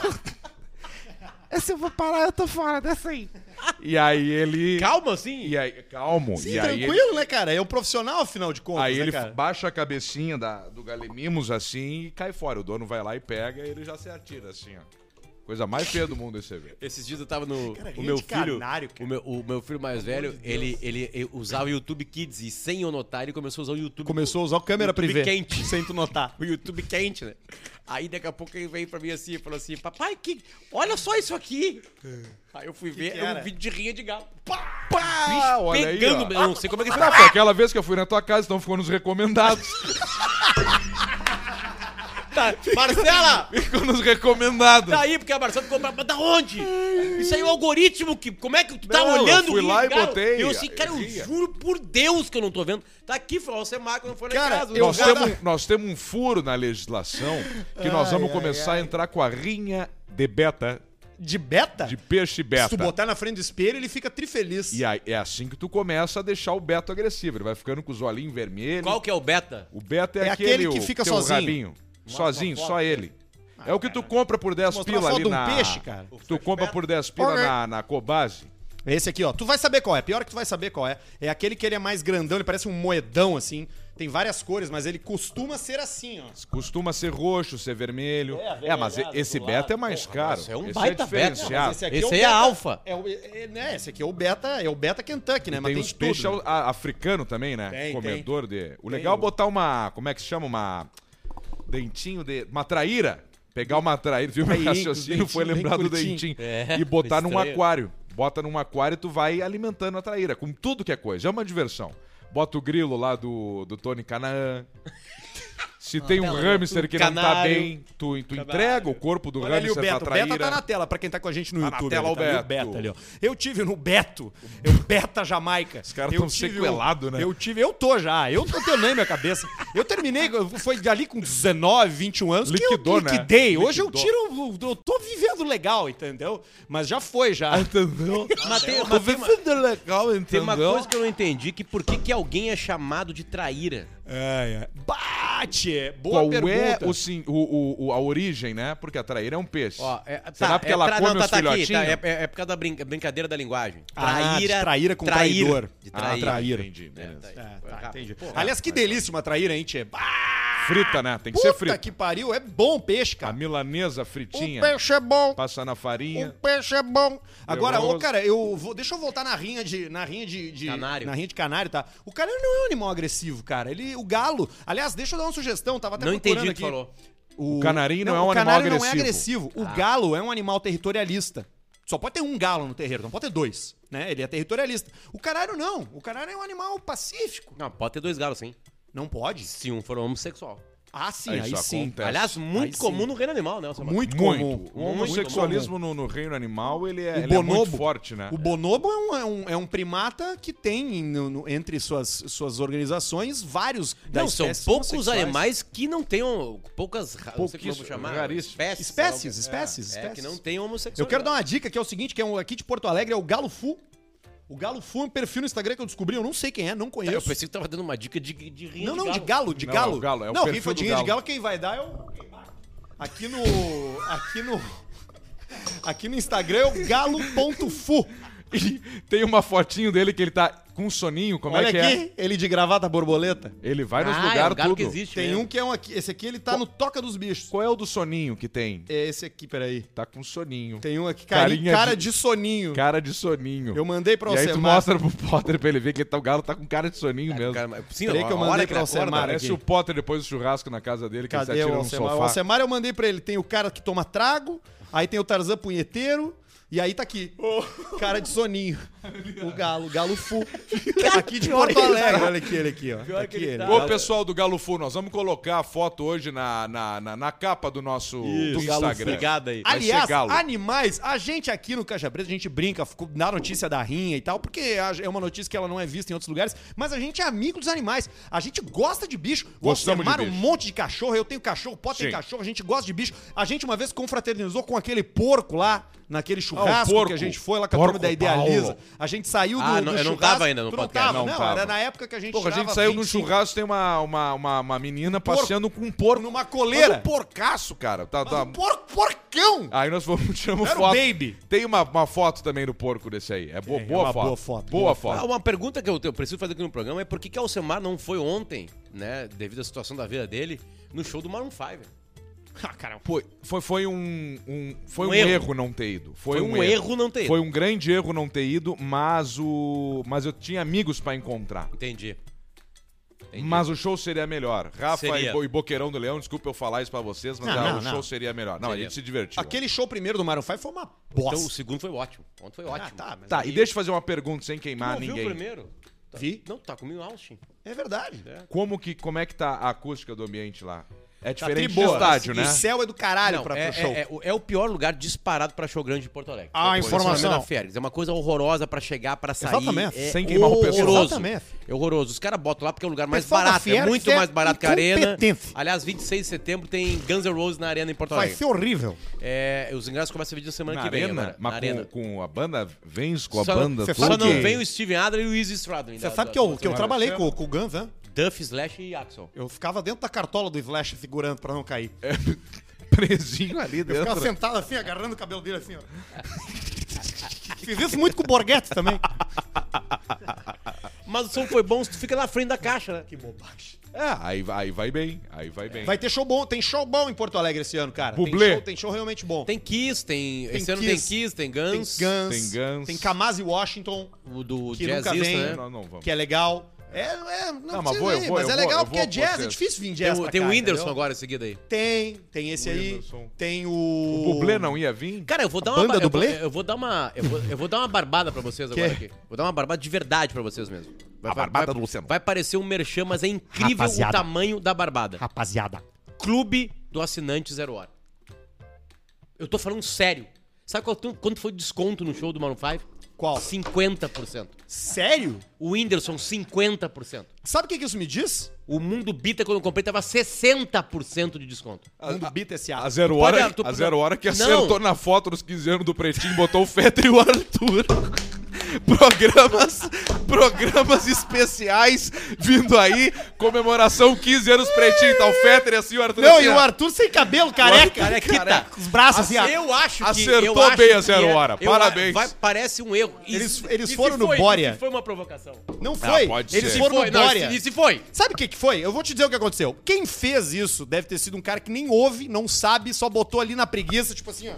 Speaker 4: Essa eu vou parar, eu tô fora dessa aí.
Speaker 2: e aí ele...
Speaker 3: Calma, assim.
Speaker 2: E aí, calmo.
Speaker 1: Sim,
Speaker 2: e aí ele
Speaker 1: tranquilo, né, cara? É um profissional, afinal de contas,
Speaker 2: Aí
Speaker 1: né,
Speaker 2: ele
Speaker 1: cara?
Speaker 2: baixa a cabecinha da- do Galemimos assim e cai fora. O dono vai lá e pega e ele já se atira assim, ó. Coisa mais feia do mundo esse evento.
Speaker 3: Esses dias eu tava no.
Speaker 1: Cara,
Speaker 3: o
Speaker 1: rinha
Speaker 3: meu
Speaker 1: de
Speaker 3: filho.
Speaker 1: canário, cara.
Speaker 3: o, meu, o meu filho mais velho, ele, ele, ele usava o YouTube Kids e sem eu notar, ele começou a usar o YouTube.
Speaker 1: Começou a usar o câmera
Speaker 3: YouTube
Speaker 1: privê.
Speaker 3: quente.
Speaker 1: Sem tu notar.
Speaker 3: O YouTube quente, né? Aí daqui a pouco ele veio pra mim assim e falou assim: Papai, que... olha só isso aqui. Aí eu fui ver,
Speaker 1: que
Speaker 3: é
Speaker 1: era?
Speaker 3: um vídeo de rinha de galo. Pá,
Speaker 2: Ah, olha aí,
Speaker 3: pegando.
Speaker 2: ó.
Speaker 3: eu não sei como é que foi.
Speaker 2: Ah, foi aquela vez que eu fui na tua casa, então ficou nos recomendados.
Speaker 1: [laughs]
Speaker 3: Tá, Marcela!
Speaker 2: ficou nos recomendados.
Speaker 3: Daí, Tá porque a Marcela ficou brava. Mas Da onde? Isso aí é o algoritmo que. Como é que tu tá
Speaker 2: Não, eu
Speaker 3: olhando
Speaker 2: fui
Speaker 3: o
Speaker 2: lá e
Speaker 3: Galo?
Speaker 2: botei,
Speaker 3: Eu assim, cara, eu
Speaker 2: ria.
Speaker 3: juro por Deus que eu não tô vendo. Tá aqui, falou, você marca, não foi na
Speaker 1: Cara,
Speaker 3: casa.
Speaker 1: eu
Speaker 2: Nós
Speaker 1: já-
Speaker 2: temos, um- nós temos um furo na legislação que nós vamos começar a entrar com a rinha de beta,
Speaker 1: De beta?
Speaker 2: de peixe
Speaker 1: Se tu
Speaker 2: beta.
Speaker 1: botar na frente do espelho, ele fica trifeliz.
Speaker 2: E aí, é assim que tu começa a deixar o Beto agressivo. Ele vai ficando com os olhinhos vermelhos.
Speaker 3: Qual que é o beta?
Speaker 2: O Beto é,
Speaker 1: É
Speaker 2: aquele,
Speaker 1: aquele que
Speaker 2: o-
Speaker 1: fica
Speaker 2: tem um
Speaker 1: sozinho.
Speaker 2: rabinho. sozinho,
Speaker 3: foto
Speaker 2: só ele.
Speaker 1: Ah,
Speaker 2: é o que tu compra por 10
Speaker 1: Mostrar
Speaker 2: pila
Speaker 1: foto
Speaker 2: ali
Speaker 1: de um
Speaker 2: na...
Speaker 1: peixe, cara.
Speaker 2: Tu compra por 10 pila
Speaker 1: Olha.
Speaker 2: na, na Cobase.
Speaker 1: É Esse aqui, ó. Tu vai saber qual é. Pior que tu vai saber qual é. É aquele que ele é mais grandão, ele parece um moedão, assim. Tem várias cores, mas ele costuma ser assim, ó.
Speaker 2: Costuma ser roxo, ser vermelho. É, mas e- esse Beto é mais caro.
Speaker 3: mas é um
Speaker 2: esse
Speaker 3: baita
Speaker 2: é
Speaker 3: Beto. Não, mas
Speaker 2: diferenciado.
Speaker 3: esse aí é alfa.
Speaker 1: É o, é, é- né? Esse aqui é o beta, é o beta Kentucky, né?
Speaker 2: Tem
Speaker 1: tem
Speaker 2: os
Speaker 1: de
Speaker 2: peixes
Speaker 1: tudo, né?
Speaker 2: a- africano também, né?
Speaker 1: Tem,
Speaker 2: Comedor de... O legal é botar uma... Como é que se chama? Uma... Dentinho de... Uma traíra. Pegar uma traíra. Viu? Meu
Speaker 1: Dentinho,
Speaker 2: raciocínio foi
Speaker 1: dentinho,
Speaker 2: lembrar
Speaker 1: bem
Speaker 2: do
Speaker 1: curtinho.
Speaker 2: dentinho.
Speaker 3: É,
Speaker 2: e botar num
Speaker 3: estranho.
Speaker 2: aquário. Bota num aquário e tu vai alimentando a traíra. Com tudo que é coisa. É uma diversão. Bota o grilo lá do, do
Speaker 1: [laughs]
Speaker 2: Tony Canaan. Se tem
Speaker 1: Ah,
Speaker 2: um hamster que não tá
Speaker 3: canário.
Speaker 2: bem, tu, tu entrega o corpo do
Speaker 1: Olha ali o
Speaker 2: hamster pra
Speaker 1: Beto. O Beta tá
Speaker 2: traíra.
Speaker 1: na tela, pra quem tá com a gente no
Speaker 2: Tá na
Speaker 1: YouTube.
Speaker 2: tela
Speaker 1: ali,
Speaker 2: o
Speaker 1: tá ali
Speaker 2: Beto.
Speaker 1: ali, ó. Eu tive no Beto, eu Beta Jamaica. Os
Speaker 2: caras tão sequelado, né?
Speaker 1: Eu tive, eu tô já. Eu não tenho nem minha cabeça. Eu terminei, eu- foi ali com 19, 21 anos que
Speaker 2: Liquidou,
Speaker 1: eu
Speaker 2: né?
Speaker 1: liquidei. Hoje eu
Speaker 2: Liquidou.
Speaker 1: tiro, eu- eu tô vivendo legal, entendeu? Mas já foi, já.
Speaker 2: Ah, então-
Speaker 3: Mas tem,
Speaker 2: Tô
Speaker 3: mas tem uma-
Speaker 2: vivendo legal,
Speaker 3: tem uma
Speaker 2: entendeu?
Speaker 3: coisa que eu não entendi, que por que, que alguém é chamado de traíra?
Speaker 1: Bate! Boa
Speaker 2: Qual
Speaker 1: pergunta.
Speaker 2: é o, sim- o- o- o- a origem, né? Porque a traíra é um peixe.
Speaker 3: Ó, é, tá,
Speaker 2: Será porque
Speaker 3: é
Speaker 2: ela
Speaker 3: tra-
Speaker 2: come
Speaker 3: não, tá,
Speaker 2: os
Speaker 3: tá aqui,
Speaker 2: filhotinhos?
Speaker 3: tá, é, é- é por causa da brinca- brincadeira da linguagem.
Speaker 1: Ah, de traíra com traidor.
Speaker 3: De
Speaker 2: Ah,
Speaker 3: traíra.
Speaker 2: traíra. Entendi,
Speaker 3: É,
Speaker 2: beleza.
Speaker 3: tá aí.
Speaker 1: É,
Speaker 3: Foi
Speaker 1: tá,
Speaker 3: rápido.
Speaker 1: entendi.
Speaker 3: Pô,
Speaker 1: Aliás, que delícia uma traíra, hein, Tchê? Bah,
Speaker 2: Frita, né? Tem que ser
Speaker 1: Puta
Speaker 2: frita.
Speaker 1: que pariu, é bom peixe,
Speaker 2: A
Speaker 1: cara.
Speaker 2: milanesa fritinha,
Speaker 4: é bom,
Speaker 2: passa na farinha.
Speaker 4: peixe é bom.
Speaker 1: Agora, ô,
Speaker 2: Legumoso.
Speaker 1: cara, eu vou. Deixa eu voltar na rinha de. Na rinha de, de-
Speaker 3: Canário.
Speaker 1: Na rinha de canário, tá? O cara não é um animal agressivo, cara. Ele. O galo. Aliás, deixa eu dar uma sugestão, tava até
Speaker 3: Não
Speaker 1: procurando
Speaker 3: entendi o que
Speaker 1: aqui.
Speaker 3: falou. Ah.
Speaker 1: O,
Speaker 2: canarinho não é um
Speaker 1: o
Speaker 2: animal
Speaker 1: canário
Speaker 2: agressivo.
Speaker 1: não é agressivo. O galo é um animal territorialista. Só pode ter um galo no terreiro, não pode ter dois, né? Ele é territorialista. O canário não. O canário é um animal pacífico.
Speaker 3: Não, pode ter dois galos, sim.
Speaker 1: Não pode.
Speaker 3: Se um for homossexual.
Speaker 1: Ah, sim,
Speaker 2: Aí
Speaker 1: aí,
Speaker 2: isso
Speaker 1: sim.
Speaker 2: acontece.
Speaker 3: Aliás, muito
Speaker 1: sim.
Speaker 3: comum no reino animal, né? Alcemar?
Speaker 1: Muito
Speaker 2: Muito.
Speaker 1: comum.
Speaker 2: O homossexualismo no, no reino animal, ele é,
Speaker 1: O
Speaker 2: ele é
Speaker 1: bonobo,
Speaker 2: muito forte, né?
Speaker 1: O
Speaker 2: [laughs]
Speaker 1: bonobo é um, é um, é um primata que tem em- no- no- entre suas, suas organizações vários da
Speaker 3: Não, são
Speaker 1: espécie
Speaker 3: poucos
Speaker 1: homossexuais. é
Speaker 3: animais que não tenham. Poucas. ra- Não sei como eu vou
Speaker 2: Pouquíssimo,
Speaker 3: chamar.
Speaker 2: raríssimo.
Speaker 3: Espécies.
Speaker 1: Espécies,
Speaker 3: sei lá,
Speaker 1: espécies,
Speaker 3: é,
Speaker 1: espécies.
Speaker 3: que não tem homossexual.
Speaker 1: Eu quero dar uma dica que é o seguinte, que é um, aqui de Porto Alegre, é o Galo Fu. O Galo Fu é um perfil no Instagram que eu descobri, eu não sei quem é, não conheço.
Speaker 3: Tá, Eu pensei que tava dando uma dica de, de rinha
Speaker 1: Não,
Speaker 3: de
Speaker 1: não, de
Speaker 3: galo.
Speaker 1: galo, de
Speaker 2: Não,
Speaker 1: galo.
Speaker 2: é o galo, é o
Speaker 1: não,
Speaker 2: perfil
Speaker 1: rifa
Speaker 2: do
Speaker 1: de rinha de
Speaker 2: galo.
Speaker 1: galo, quem vai dar é o. Aqui no. Aqui no. Aqui no Instagram é o galo.fu.
Speaker 2: E tem uma fotinho dele que ele tá com soninho, como
Speaker 1: Olha
Speaker 2: é que é?
Speaker 1: aqui, ele de gravata borboleta.
Speaker 2: Ele vai nos
Speaker 3: Ah, é um
Speaker 2: lugares
Speaker 3: lugar
Speaker 2: tudo.
Speaker 3: que existe
Speaker 1: Tem
Speaker 3: mesmo.
Speaker 1: um que é um aqui. Esse aqui ele tá no Toca dos Bichos.
Speaker 2: Qual é o do soninho que tem?
Speaker 1: É esse aqui, peraí.
Speaker 2: Tá com soninho.
Speaker 1: Tem um aqui, cari-
Speaker 2: Carinha
Speaker 1: cara
Speaker 2: de-
Speaker 1: de soninho.
Speaker 2: Cara de soninho.
Speaker 1: Eu mandei pra
Speaker 2: e aí
Speaker 1: você,
Speaker 2: tu
Speaker 1: Mar-
Speaker 2: mostra pro Potter pra ele ver que ele tá- o galo tá com cara de soninho mesmo.
Speaker 3: Cara, mas- sim,
Speaker 1: Peraí
Speaker 3: ó,
Speaker 1: que eu
Speaker 3: olha
Speaker 1: mandei
Speaker 3: que
Speaker 1: pra
Speaker 3: na-
Speaker 1: você,
Speaker 3: olha da-
Speaker 1: Mara.
Speaker 2: Parece
Speaker 1: aqui.
Speaker 2: o Potter depois do churrasco na casa dele, que
Speaker 1: Cadê
Speaker 2: ele se atira
Speaker 1: o
Speaker 2: no
Speaker 1: Alcemar? O
Speaker 2: sofá.
Speaker 1: Alcemar eu mandei pra ele. Tem o cara que toma trago, aí tem o Tarzan punheteiro, e aí tá aqui.
Speaker 2: Oh.
Speaker 1: Cara de
Speaker 2: [laughs]
Speaker 1: soninho. O galo, o galo fu. aqui de Porto Alegre. Olha aqui ele aqui, ó. Tá aqui ele.
Speaker 2: Ô, pessoal do Galo Fu, nós vamos colocar a foto hoje na, na, na, na capa do nosso do
Speaker 1: Isso.
Speaker 2: Instagram.
Speaker 1: aí.
Speaker 2: Vai ser
Speaker 1: Aliás,
Speaker 2: galo.
Speaker 1: animais, a gente aqui no Caixa Preta, a gente brinca ficou na notícia da rinha e tal, porque a- é uma notícia que ela não é vista em outros lugares, mas a gente é amigo dos animais. A gente gosta de bicho.
Speaker 2: Gostamos de
Speaker 1: Alcemar, um
Speaker 2: bicho.
Speaker 1: monte de cachorro, eu tenho cachorro, o Pó tem
Speaker 2: Sim.
Speaker 1: cachorro, a gente gosta de bicho. A gente uma vez confraternizou com aquele porco lá, naquele churrasco
Speaker 2: Ah, porco.
Speaker 1: que a gente foi lá com a
Speaker 2: Porco
Speaker 1: turma da Idealiza.
Speaker 2: Paulo.
Speaker 1: A gente saiu do,
Speaker 3: Ah,
Speaker 1: do
Speaker 3: não, eu não
Speaker 1: churrasco.
Speaker 3: tava ainda no
Speaker 1: Tu não
Speaker 3: podcast.
Speaker 1: tava,
Speaker 2: Não
Speaker 1: não,
Speaker 2: tava.
Speaker 1: era na época que a gente
Speaker 2: Porra, a gente
Speaker 1: tirava
Speaker 2: saiu de um
Speaker 1: 25
Speaker 2: churrasco, tem uma, uma, uma, uma menina passeando com um porco.
Speaker 1: numa
Speaker 2: Mas
Speaker 1: coleira.
Speaker 2: um porcaço, cara. Tá,
Speaker 1: Mas
Speaker 2: tá-
Speaker 1: um porco, porcão!
Speaker 2: Aí nós [laughs] fomos, tiramos
Speaker 1: Era o
Speaker 2: foto.
Speaker 1: baby.
Speaker 2: Tem uma, uma foto também do porco desse aí. É, bo-
Speaker 1: Tem, é
Speaker 2: boa,
Speaker 1: uma
Speaker 2: foto.
Speaker 1: boa foto,
Speaker 2: Boa
Speaker 1: boa
Speaker 2: foto.
Speaker 3: Ah, uma pergunta que eu, eu preciso fazer aqui no programa é por que, que Alcemar não foi ontem, né, devido à situação da vida dele, no show do Maroon 5.
Speaker 1: Ah, cara,
Speaker 2: Foi, foi, foi um, um- foi
Speaker 3: Um
Speaker 2: um,
Speaker 3: erro.
Speaker 2: erro. não ter ido. Foi,
Speaker 3: Foi
Speaker 2: um,
Speaker 3: um
Speaker 2: erro.
Speaker 3: erro não ter ido.
Speaker 2: Foi um grande erro não ter ido, mas o mas eu tinha amigos pra encontrar.
Speaker 1: um
Speaker 3: Entendi. Entendi.
Speaker 2: Mas o show seria melhor. Rafa
Speaker 3: Seria.
Speaker 2: e, Bo- e Boqueirão do Leão, desculpa eu falar isso pra vocês, mas
Speaker 1: Não,
Speaker 2: ah,
Speaker 1: não,
Speaker 2: o
Speaker 1: não.
Speaker 2: show seria melhor. Não,
Speaker 3: Seria.
Speaker 2: a gente se divertiu.
Speaker 1: Aquele show primeiro do Maroon 5 foi uma bosta.
Speaker 3: Então o segundo foi ótimo. Ontem foi ótimo.
Speaker 1: tá, mas-
Speaker 2: Tá, e deixa eu fazer uma pergunta sem
Speaker 3: Tu
Speaker 2: queimar
Speaker 3: não viu o
Speaker 2: ninguém.
Speaker 3: primeiro? Tá-
Speaker 1: Vi.
Speaker 3: Não, tá comigo Austin.
Speaker 1: É verdade.
Speaker 2: Como que como é que tá a acústica do ambiente lá?
Speaker 3: Tá
Speaker 2: É diferente do
Speaker 1: triboa.
Speaker 2: estádio, né?
Speaker 1: O céu é do caralho
Speaker 3: Não,
Speaker 1: pra,
Speaker 3: é,
Speaker 1: pro show.
Speaker 3: é- é o- é o pior lugar disparado pra show grande de Porto Alegre.
Speaker 1: Ah,
Speaker 3: É o
Speaker 1: informação.
Speaker 3: estacionamento da Félix. É uma coisa horrorosa pra chegar, pra sair.
Speaker 1: Exatamente.
Speaker 3: É
Speaker 2: Sem queimar o pessoal.
Speaker 3: horroroso.
Speaker 1: Exatamente.
Speaker 3: É horroroso. Os caras botam lá porque é o lugar mais
Speaker 1: Pessoal da
Speaker 3: barato. É
Speaker 1: Fiergs
Speaker 3: muito
Speaker 1: é
Speaker 3: mais barato que a Arena.
Speaker 1: incompetente.
Speaker 3: Aliás, 26 de setembro tem Guns N' Roses na Arena em Porto
Speaker 1: Vai
Speaker 3: Alegre.
Speaker 1: ser horrível.
Speaker 3: É, os ingressos começam a vir na semana
Speaker 2: Na
Speaker 3: que vem.
Speaker 2: arena,
Speaker 3: agora,
Speaker 2: mas
Speaker 3: na
Speaker 2: com,
Speaker 3: arena.
Speaker 2: com a banda, vens com a
Speaker 3: só,
Speaker 2: banda
Speaker 1: você
Speaker 3: só
Speaker 1: sabe
Speaker 2: toda?
Speaker 3: não
Speaker 1: que-
Speaker 3: vem o Steven Adler e o Izzy Stradlin.
Speaker 1: Você
Speaker 3: da-
Speaker 1: sabe
Speaker 3: da-
Speaker 1: que eu,
Speaker 3: da-
Speaker 1: que eu trabalhei com, com o Guns, né?
Speaker 3: Duff, Slash e Axel.
Speaker 1: Eu ficava dentro da cartola do Slash segurando pra não cair.
Speaker 2: [laughs] presinho ali
Speaker 1: Eu ficava
Speaker 2: dentro.
Speaker 1: sentado assim, agarrando o cabelo dele assim, ó. [laughs] Fiz isso muito com o Borghetti também.
Speaker 3: Mas o som foi bom se tu fica na frente da caixa, né?
Speaker 1: Que bobagem.
Speaker 2: É, aí, vai- aí vai bem, aí vai
Speaker 3: É.
Speaker 2: bem.
Speaker 1: Vai ter show bom, tem show bom em Porto Alegre esse ano, cara.
Speaker 2: Bublé.
Speaker 1: Tem show, tem show realmente bom.
Speaker 3: Tem Kiss, tem.
Speaker 1: Tem
Speaker 3: esse ano tem
Speaker 1: Kiss.
Speaker 3: Kiss, tem
Speaker 1: Tem
Speaker 3: Guns.
Speaker 1: Guns,
Speaker 2: Tem Guns.
Speaker 1: tem Kamasi Washington,
Speaker 3: O do
Speaker 1: Que nunca
Speaker 3: jazzista,
Speaker 1: vem,
Speaker 3: né?
Speaker 2: Não, não, vamos.
Speaker 1: que é legal. É, é não,
Speaker 2: Não, mas
Speaker 1: precisa
Speaker 2: vou, eu
Speaker 1: ir,
Speaker 2: vou,
Speaker 1: mas
Speaker 2: eu
Speaker 1: é
Speaker 2: vou,
Speaker 1: legal
Speaker 2: eu
Speaker 1: porque
Speaker 2: vou
Speaker 1: é jazz,
Speaker 2: com
Speaker 1: é
Speaker 2: vocês.
Speaker 1: difícil vir
Speaker 3: Tem
Speaker 1: jazz.
Speaker 3: o,
Speaker 1: pra
Speaker 3: tem
Speaker 1: cá,
Speaker 3: o Whindersson
Speaker 1: entendeu?
Speaker 3: agora em seguida aí.
Speaker 1: Tem, tem esse aí.
Speaker 2: Whindersson.
Speaker 1: Tem o.
Speaker 2: O Bublé não ia vir?
Speaker 3: Cara, eu vou dar
Speaker 1: A
Speaker 3: uma
Speaker 1: banda
Speaker 3: ba- eu
Speaker 1: dublê?
Speaker 3: vou- Eu, vou dar uma eu vou, eu vou dar uma barbada pra vocês agora
Speaker 1: é?
Speaker 3: aqui. Vou dar uma barbada de verdade pra vocês mesmo. Vai,
Speaker 2: A barbada
Speaker 3: vai-
Speaker 2: do Luciano.
Speaker 3: Vai parecer um merchan, mas é incrível o
Speaker 1: Rapaziada.
Speaker 3: tamanho da barbada.
Speaker 1: Rapaziada.
Speaker 3: Clube do assinante Zero Hora. Eu tô falando sério. Sabe quanto, quanto foi o desconto no show do Maroon 5?
Speaker 1: Qual?
Speaker 3: 50%.
Speaker 1: Sério?
Speaker 3: O Whindersson, 50%.
Speaker 1: Sabe o que, que isso me diz?
Speaker 3: O Mundo Bita, quando eu comprei, tava 60% de desconto.
Speaker 2: A-
Speaker 1: Mundo
Speaker 2: a-
Speaker 1: Bita S.A.
Speaker 2: A zero
Speaker 3: Pode-
Speaker 2: hora,
Speaker 3: tu-
Speaker 2: a zero hora que
Speaker 3: Não.
Speaker 2: acertou na foto dos 15 anos do Pretinho, botou o Feta e o Arthur. [laughs] programas, programas especiais vindo aí, comemoração 15 anos Pretinho, tá o Fetter e assim o Arthur.
Speaker 1: Não,
Speaker 2: assim,
Speaker 1: e
Speaker 2: ó.
Speaker 1: o Arthur sem cabelo, careca.
Speaker 3: carequita.
Speaker 1: Com Os braços assim, ó.
Speaker 3: Eu acho que...
Speaker 2: Acertou
Speaker 3: eu acho
Speaker 2: bem a
Speaker 3: que é-
Speaker 2: Zero Hora.
Speaker 3: eu-
Speaker 2: Parabéns.
Speaker 3: vai- parece um erro. E
Speaker 1: Eles-
Speaker 3: se-
Speaker 1: eles
Speaker 3: e se
Speaker 1: foram no
Speaker 3: foi?
Speaker 1: Bória.
Speaker 3: E se foi uma provocação.
Speaker 1: Não foi.
Speaker 2: Ah, pode
Speaker 1: Eles
Speaker 2: ser.
Speaker 1: foram
Speaker 3: foi,
Speaker 1: no
Speaker 3: não,
Speaker 1: Dória.
Speaker 3: e se- E se foi?
Speaker 1: Sabe o que, que foi? Eu vou te dizer o que aconteceu. Quem fez isso deve ter sido um cara que nem ouve, não sabe, só botou ali na preguiça, tipo assim, ó.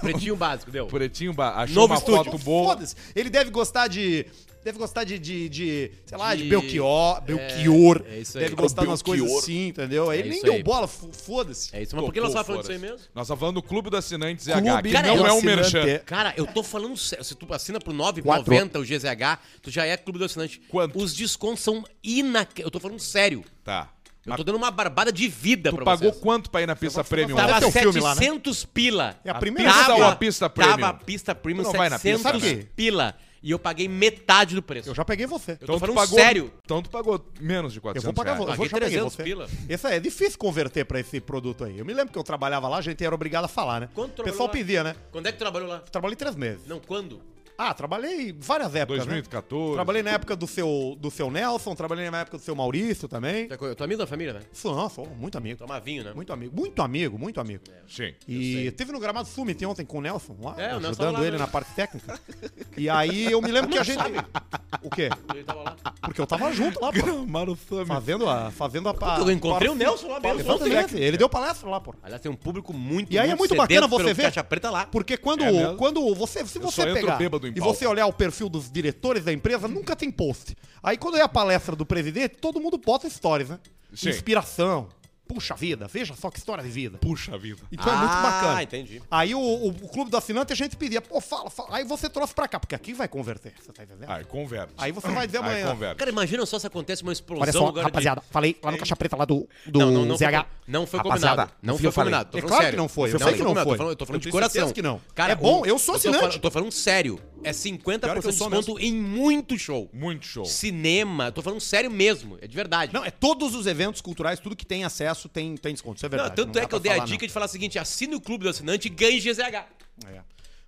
Speaker 3: Pretinho básico, deu.
Speaker 2: Pretinho ba- achou
Speaker 3: Novo
Speaker 2: uma
Speaker 3: estúdio.
Speaker 2: foto boa.
Speaker 1: Foda-se. Ele deve gostar de. Deve gostar de, de, de, sei lá, de,
Speaker 3: De-
Speaker 1: Belchior, Belchior.
Speaker 3: é isso aí.
Speaker 1: deve gostar de umas
Speaker 2: Belchior.
Speaker 1: coisas assim, entendeu? Aí
Speaker 3: É
Speaker 1: ele nem
Speaker 3: isso aí.
Speaker 1: deu bola, fo- foda-se.
Speaker 3: É isso, mas por que nós
Speaker 2: Tocou,
Speaker 3: tava falando disso aí
Speaker 2: foda-se.
Speaker 3: mesmo?
Speaker 2: Nós tava falando do Clube do Assinante ZH,
Speaker 1: Clube
Speaker 2: que
Speaker 3: Cara,
Speaker 2: não
Speaker 3: eu-
Speaker 2: é um
Speaker 1: assinante.
Speaker 2: merchan.
Speaker 3: Cara, eu tô falando sério. Se tu assina por
Speaker 1: Quatro.
Speaker 3: 9,90 o GZH, tu já é clube do assinante.
Speaker 2: Quanto?
Speaker 3: Os descontos são inacreditáveis. Eu tô falando sério.
Speaker 2: Tá.
Speaker 3: Eu tô dando uma barbada de vida
Speaker 2: Tu
Speaker 3: pra
Speaker 2: pagou
Speaker 3: vocês.
Speaker 2: quanto pra ir na pista premium?
Speaker 1: falar-
Speaker 2: ontem?
Speaker 3: Tava
Speaker 1: Até o filme lá, né?
Speaker 3: 700 pila.
Speaker 1: É a
Speaker 2: A
Speaker 1: primeira
Speaker 2: pista
Speaker 1: vez.
Speaker 2: ou a
Speaker 1: que-
Speaker 2: pista
Speaker 3: Tava
Speaker 2: premium?
Speaker 3: a pista premium
Speaker 2: Tu não vai na pista,
Speaker 3: 700
Speaker 1: né?
Speaker 3: pila. E eu paguei metade do preço.
Speaker 1: Eu já peguei você.
Speaker 3: Eu
Speaker 2: Então
Speaker 3: tô
Speaker 2: tu
Speaker 3: falando
Speaker 2: pagou-
Speaker 3: sério.
Speaker 2: Então tu pagou menos de 400
Speaker 1: Eu vou pagar
Speaker 2: reais.
Speaker 1: você. Eu vou
Speaker 3: Paguei
Speaker 1: já peguei
Speaker 3: 300
Speaker 1: você.
Speaker 3: pila.
Speaker 1: Essa é difícil converter pra esse produto aí. Eu me lembro que eu trabalhava lá, a gente era obrigado a falar, né?
Speaker 3: Quanto
Speaker 1: o pessoal
Speaker 3: trabalhou lá?
Speaker 1: pedia, né?
Speaker 3: Quando é que tu trabalhou lá?
Speaker 1: Trabalhei três meses.
Speaker 3: Não, quando?
Speaker 1: Ah, trabalhei várias
Speaker 3: tá
Speaker 1: épocas, né?
Speaker 2: 2014.
Speaker 1: Trabalhei na época do seu, do seu Nelson, trabalhei na época do seu Maurício também.
Speaker 3: Tu é co- Eu tô amigo da família, né?
Speaker 1: Sou, não, sou muito amigo.
Speaker 3: Toma vinho, né?
Speaker 1: Muito amigo, muito amigo, muito amigo.
Speaker 2: Sim.
Speaker 1: E teve no Gramado Summit ontem com o Nelson, lá,
Speaker 3: É, o Nelson
Speaker 1: ajudando
Speaker 3: lá, né?
Speaker 1: ele na parte técnica. E aí eu me lembro que a gente... O quê?
Speaker 3: Ele tava lá.
Speaker 1: Porque eu tava junto lá,
Speaker 4: [laughs]
Speaker 1: pô.
Speaker 4: Gramado Summit.
Speaker 1: Fazendo a... Fazendo a pa-
Speaker 3: Eu encontrei o Nelson lá
Speaker 1: pa-
Speaker 3: mesmo.
Speaker 1: palestra,
Speaker 3: ontem, né?
Speaker 1: Ele deu palestra lá, pô.
Speaker 3: Aliás, tem um público muito
Speaker 1: E aí é muito bacana
Speaker 3: sedento
Speaker 1: você
Speaker 3: pelo
Speaker 1: ver-
Speaker 3: Caixa preta lá.
Speaker 1: Porque quando,
Speaker 2: É mesmo?
Speaker 1: quando você, se
Speaker 2: Eu
Speaker 1: você
Speaker 2: só entro
Speaker 1: pegar
Speaker 2: bêbado em
Speaker 1: e
Speaker 2: palco.
Speaker 1: você olhar o perfil dos diretores da empresa, nunca tem post. Aí quando é a palestra do presidente, todo mundo posta stories, né?
Speaker 2: Sim.
Speaker 1: Inspiração. Puxa vida, veja só que história de vida.
Speaker 2: Puxa vida.
Speaker 1: Então é muito bacana.
Speaker 3: Ah, entendi.
Speaker 1: Aí o, o- o clube do assinante a gente pedia, pô, fala, fala. Aí você trouxe pra cá, porque aqui vai converter, você tá
Speaker 3: Ah,
Speaker 1: entendendo?
Speaker 2: Aí converte.
Speaker 1: Aí você vai dizer
Speaker 2: Aí
Speaker 1: amanhã.
Speaker 2: converte.
Speaker 3: Cara, imagina só se acontece uma explosão
Speaker 4: Olha só,
Speaker 3: agora de- É.
Speaker 4: rapaziada, falei lá no Caixa Preta lá do, do
Speaker 3: Não, não, não foi,
Speaker 4: ZH.
Speaker 3: não foi
Speaker 4: Rapaziada,
Speaker 3: combinado. Não
Speaker 4: o que
Speaker 3: foi
Speaker 4: eu falei?
Speaker 3: combinado. tô
Speaker 1: É
Speaker 3: falando
Speaker 1: claro
Speaker 3: sério.
Speaker 1: que não foi, eu
Speaker 3: Não
Speaker 1: sei
Speaker 3: foi
Speaker 1: que não
Speaker 3: combinado,
Speaker 1: foi.
Speaker 3: tô falando- Eu tô falando
Speaker 1: Eu
Speaker 3: de
Speaker 1: tenho certeza
Speaker 3: coração.
Speaker 1: que não.
Speaker 3: Cara,
Speaker 1: É bom,
Speaker 3: o-
Speaker 1: eu sou
Speaker 3: tô
Speaker 1: assinante.
Speaker 3: falando- Tô falando sério. É 50% de
Speaker 1: sou mesmo.
Speaker 3: desconto em muito show.
Speaker 2: Muito show.
Speaker 3: Cinema, eu tô falando sério mesmo, é de verdade.
Speaker 1: Não, é todos os eventos culturais, tudo que tem acesso tem, tem desconto, isso é verdade.
Speaker 3: Não, tanto
Speaker 1: não dá
Speaker 3: é que
Speaker 1: pra
Speaker 3: eu dei a
Speaker 1: falar, não.
Speaker 3: dica de falar o seguinte: assine o clube do assinante e ganhe GZH.
Speaker 1: É.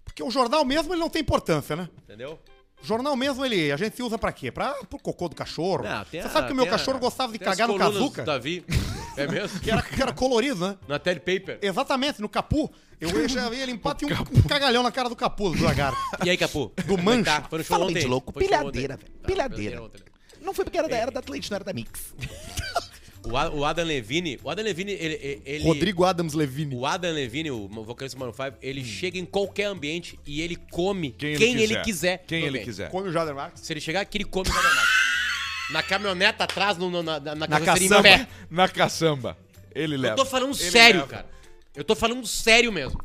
Speaker 1: Porque o jornal mesmo ele não tem importância, né?
Speaker 3: Entendeu?
Speaker 1: Jornal mesmo, ele, a gente usa pra quê? Pra, pro cocô do cachorro.
Speaker 3: Não, Ah, tem
Speaker 1: Você
Speaker 3: a-
Speaker 1: sabe que o meu
Speaker 3: tem a-
Speaker 1: cachorro gostava de
Speaker 3: tem as
Speaker 1: cagar no
Speaker 3: colunas do
Speaker 1: cazuca? [laughs]
Speaker 3: Davi. É mesmo?
Speaker 1: Que era, que era colorido, né?
Speaker 3: Na telepaper.
Speaker 1: Exatamente, no capu. Eu ia- já ia [laughs] limpar, tinha um, um cagalhão na cara do capu do [laughs] Zagar.
Speaker 3: E aí, Capu?
Speaker 1: Do
Speaker 3: Como é que
Speaker 1: Mancha.
Speaker 3: Tá? Foi no show
Speaker 4: Fala bem
Speaker 3: ontem.
Speaker 4: de louco,
Speaker 3: Foi no show ontem.
Speaker 4: pilhadeira, velho.
Speaker 3: Tá,
Speaker 4: Pilhadeira.
Speaker 3: ontem, né?
Speaker 4: Não foi porque era da era da Atlante, não era da Mix.
Speaker 3: O, A- o Adam Levine, o Adam Levine, ele... ele- ele-
Speaker 1: Rodrigo Adams Levine.
Speaker 3: O Adam Levine, o vocalista do Maroon 5, ele
Speaker 2: Hum.
Speaker 3: chega em qualquer ambiente e ele come quem, ele, quiser.
Speaker 2: Quem
Speaker 3: no
Speaker 2: ele
Speaker 3: ambiente.
Speaker 2: quiser.
Speaker 1: Come o Jader Marx.
Speaker 3: Se ele chegar aqui, ele come cada mais. Na caminhoneta atrás, no, no- na, na, na carroceria em
Speaker 2: caçamba.
Speaker 3: pé.
Speaker 2: Na caçamba. Ele leva.
Speaker 3: Eu tô falando
Speaker 2: Ele
Speaker 3: sério,
Speaker 2: leva.
Speaker 3: cara. Eu tô falando sério mesmo.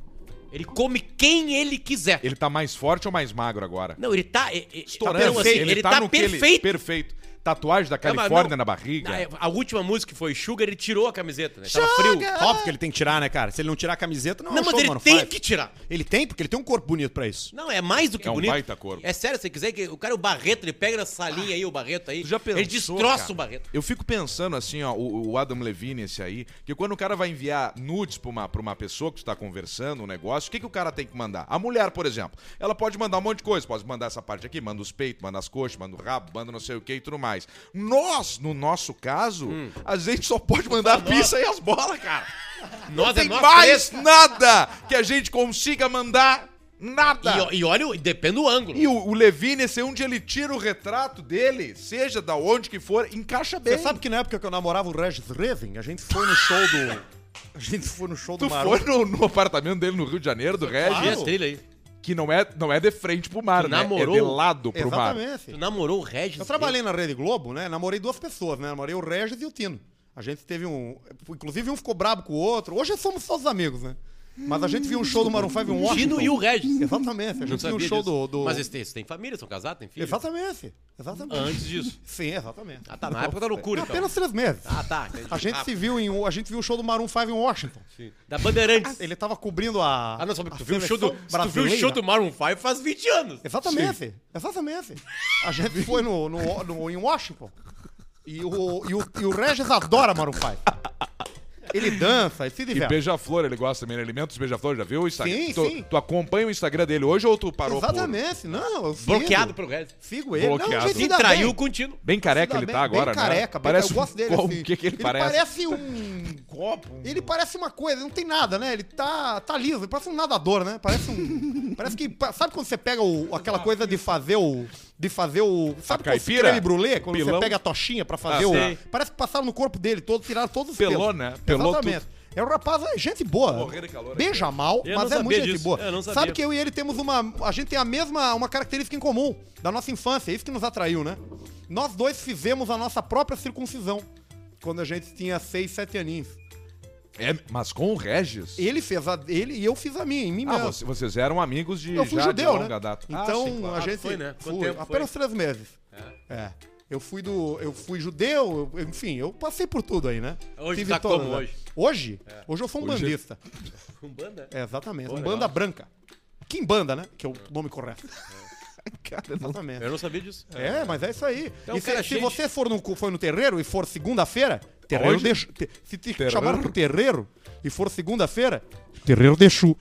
Speaker 3: Ele come quem ele quiser.
Speaker 2: Ele tá mais forte ou mais magro agora?
Speaker 3: Não, ele tá... e- e-
Speaker 1: Estourando.
Speaker 3: Tá,
Speaker 1: Perfeito.
Speaker 3: perfeito. Ele,
Speaker 2: no
Speaker 3: tá,
Speaker 2: que ele-
Speaker 3: perfeito.
Speaker 2: perfeito. Tatuagem da
Speaker 3: Não, mas
Speaker 2: Califórnia
Speaker 3: não.
Speaker 2: na barriga.
Speaker 3: Na- A última música que foi Sugar, ele tirou a camiseta, né? Tava frio.
Speaker 1: Óbvio que ele tem que tirar, né, cara? Se ele não tirar a camiseta, não,
Speaker 3: Não,
Speaker 1: é um
Speaker 3: mas
Speaker 1: show,
Speaker 3: ele
Speaker 1: mano,
Speaker 3: tem
Speaker 1: faz.
Speaker 3: que tirar.
Speaker 1: Ele tem, porque ele tem um corpo bonito pra isso.
Speaker 3: Não, é mais do que
Speaker 2: É um
Speaker 3: bonito.
Speaker 2: baita corpo. Ah,
Speaker 3: É sério, você quiser que o cara, o Barreto, ele pega nessa linha aí, o Barreto aí.
Speaker 2: Tu já pensou,
Speaker 3: ele destroça
Speaker 2: cara?
Speaker 3: o Barreto.
Speaker 2: Eu fico pensando assim, ó, o, o Adam Levine esse aí, que quando o cara vai enviar nudes pra uma, pra uma pessoa que tu tá conversando, um negócio, o que, que o cara tem que mandar? A mulher, por exemplo, ela pode mandar um monte de coisa, pode mandar essa parte aqui, manda os peitos, manda as coxas, manda o rabo, manda não sei o que e tudo mais. Nós, no nosso caso,
Speaker 3: Hum.
Speaker 2: a gente só pode mandar a pizza e as bolas, cara.
Speaker 3: Nós é
Speaker 2: Tem
Speaker 3: nós
Speaker 2: mais
Speaker 3: três.
Speaker 2: nada que a gente consiga mandar, nada.
Speaker 3: E, o- e olha, o- depende do ângulo.
Speaker 2: E o, o Levine, se onde ele tira o retrato dele, seja da onde que for, encaixa bem.
Speaker 1: Você sabe que na época que eu namorava o Regis Revin, a gente foi no show do... A gente foi no show do
Speaker 2: Tu
Speaker 1: Maroto.
Speaker 2: foi no, no apartamento dele no Rio de Janeiro, do Regis,
Speaker 3: Olha a trilha aí.
Speaker 2: que não é, não é de frente pro mar,
Speaker 3: Tu
Speaker 2: né?
Speaker 3: namorou?
Speaker 2: É de lado pro mar.
Speaker 1: Exatamente.
Speaker 3: Tu namorou o Regis.
Speaker 1: Eu trabalhei na Rede Globo, né? Namorei duas pessoas, né? Namorei o Regis e o Tino. A gente teve um. Inclusive, um ficou brabo com o outro. Hoje somos todos amigos, né? Mas a gente viu um show do Maroon 5 em
Speaker 3: O
Speaker 1: Washington.
Speaker 3: Gino é e o Regis.
Speaker 1: Exatamente. A gente viu um show do. do...
Speaker 3: Mas eles têm, eles têm família, são casados, têm filhos.
Speaker 1: Exatamente. Exatamente.
Speaker 3: Antes disso.
Speaker 1: Sim, exatamente.
Speaker 3: Ah, tá. Na época da
Speaker 2: é
Speaker 3: loucura, então.
Speaker 1: Apenas três meses.
Speaker 3: Ah, tá. entendi.
Speaker 1: A gente
Speaker 3: Ah,
Speaker 1: se viu em. um- A gente viu o show do Maroon 5 em Washington.
Speaker 3: sim. Da Bandeirantes.
Speaker 1: Ele tava cobrindo a.
Speaker 3: Ah, não, só
Speaker 1: a
Speaker 3: tu viu o show do,
Speaker 1: seleção
Speaker 3: se tu viu o show do Maroon 5 faz 20 anos.
Speaker 1: Exatamente, exatamente. A gente foi no, no, no- em Washington e o, e o, e o Regis adora Maroon 5. Ele dança, ele se
Speaker 2: E
Speaker 1: diverte.
Speaker 2: beija-flor, ele gosta também de alimentos, beija-flor, já viu o Instagram?
Speaker 1: É. Sim,
Speaker 2: tu,
Speaker 1: sim.
Speaker 2: tu acompanha o Instagram dele hoje ou tu parou por-
Speaker 1: Exatamente, não. eu sigo.
Speaker 3: Bloqueado pro Regis.
Speaker 1: Sigo ele.
Speaker 2: Bloqueado.
Speaker 1: Não, gente, se
Speaker 3: Se
Speaker 1: dá
Speaker 3: traiu
Speaker 1: bem.
Speaker 3: contínuo.
Speaker 2: Bem
Speaker 1: Se
Speaker 2: careca
Speaker 1: dá
Speaker 2: ele
Speaker 1: bem-
Speaker 2: tá agora,
Speaker 1: bem careca,
Speaker 2: né?
Speaker 1: bem-
Speaker 2: Parece
Speaker 1: eu gosto dele
Speaker 2: um... O
Speaker 1: assim.
Speaker 2: que que ele, parece? [laughs]
Speaker 1: um copo. Ele parece uma coisa, não tem nada, né? Ele tá, tá liso, ele parece um nadador, né? Parece um. [laughs] parece que. pa- Sabe quando você pega o, aquela coisa de fazer o. De fazer o. Sabe quando se
Speaker 2: Ah, caipira?
Speaker 1: creme brulê? Quando
Speaker 2: Pilão?
Speaker 1: você pega a tochinha pra fazer
Speaker 2: Ah,
Speaker 1: o.
Speaker 2: sei.
Speaker 1: Parece que passaram no corpo dele todo, tiraram todos os
Speaker 2: Pelou,
Speaker 1: pelos.
Speaker 2: né? Pelou
Speaker 1: Exatamente. É um rapaz, é gente boa.
Speaker 2: Morrer de calor aqui.
Speaker 1: Beija mal,
Speaker 3: Eu
Speaker 1: mas
Speaker 3: não
Speaker 1: é muito
Speaker 3: sabia
Speaker 1: gente
Speaker 3: disso.
Speaker 1: boa.
Speaker 3: Eu não sabia.
Speaker 1: Sabe que eu e ele temos uma. A gente tem a mesma. Uma característica em comum da nossa infância. é Isso que nos atraiu, né? Nós dois fizemos a nossa própria circuncisão. Quando a gente tinha 6, 7 aninhos.
Speaker 2: É, mas com o Regis?
Speaker 1: Ele fez a dele e eu fiz a minha, em mim
Speaker 2: Ah,
Speaker 1: mesmo.
Speaker 2: você- vocês eram amigos de,
Speaker 1: Eu fui
Speaker 2: já
Speaker 1: judeu,
Speaker 2: de
Speaker 3: um
Speaker 1: né?
Speaker 2: longa data. Ah,
Speaker 1: Então
Speaker 2: sim, claro.
Speaker 1: a gente.
Speaker 3: foi, né? Quanto
Speaker 1: fui,
Speaker 3: tempo foi?
Speaker 1: apenas três meses. É. Eu fui do. Eu fui judeu, eu- enfim, eu passei por tudo aí, né?
Speaker 3: Hoje
Speaker 1: Tive
Speaker 3: tá
Speaker 1: todas, né?
Speaker 3: como hoje? É.
Speaker 1: Hoje? Hoje eu sou um bandista.
Speaker 3: Com banda?
Speaker 1: É, exatamente.
Speaker 3: Pô,
Speaker 1: um
Speaker 3: legal.
Speaker 1: banda branca. Kimbanda, né? Que é o nome correto. Exatamente.
Speaker 3: Eu não sabia disso.
Speaker 1: É, mas é isso aí.
Speaker 3: Então,
Speaker 1: e se,
Speaker 3: cara,
Speaker 1: se
Speaker 3: gente-
Speaker 1: você for no, for no terreiro e for segunda-feira, terreiro
Speaker 2: Aonde?
Speaker 1: de, te, se te
Speaker 2: Terreiro?
Speaker 1: chamaram pro terreiro e for segunda-feira, terreiro de Chu.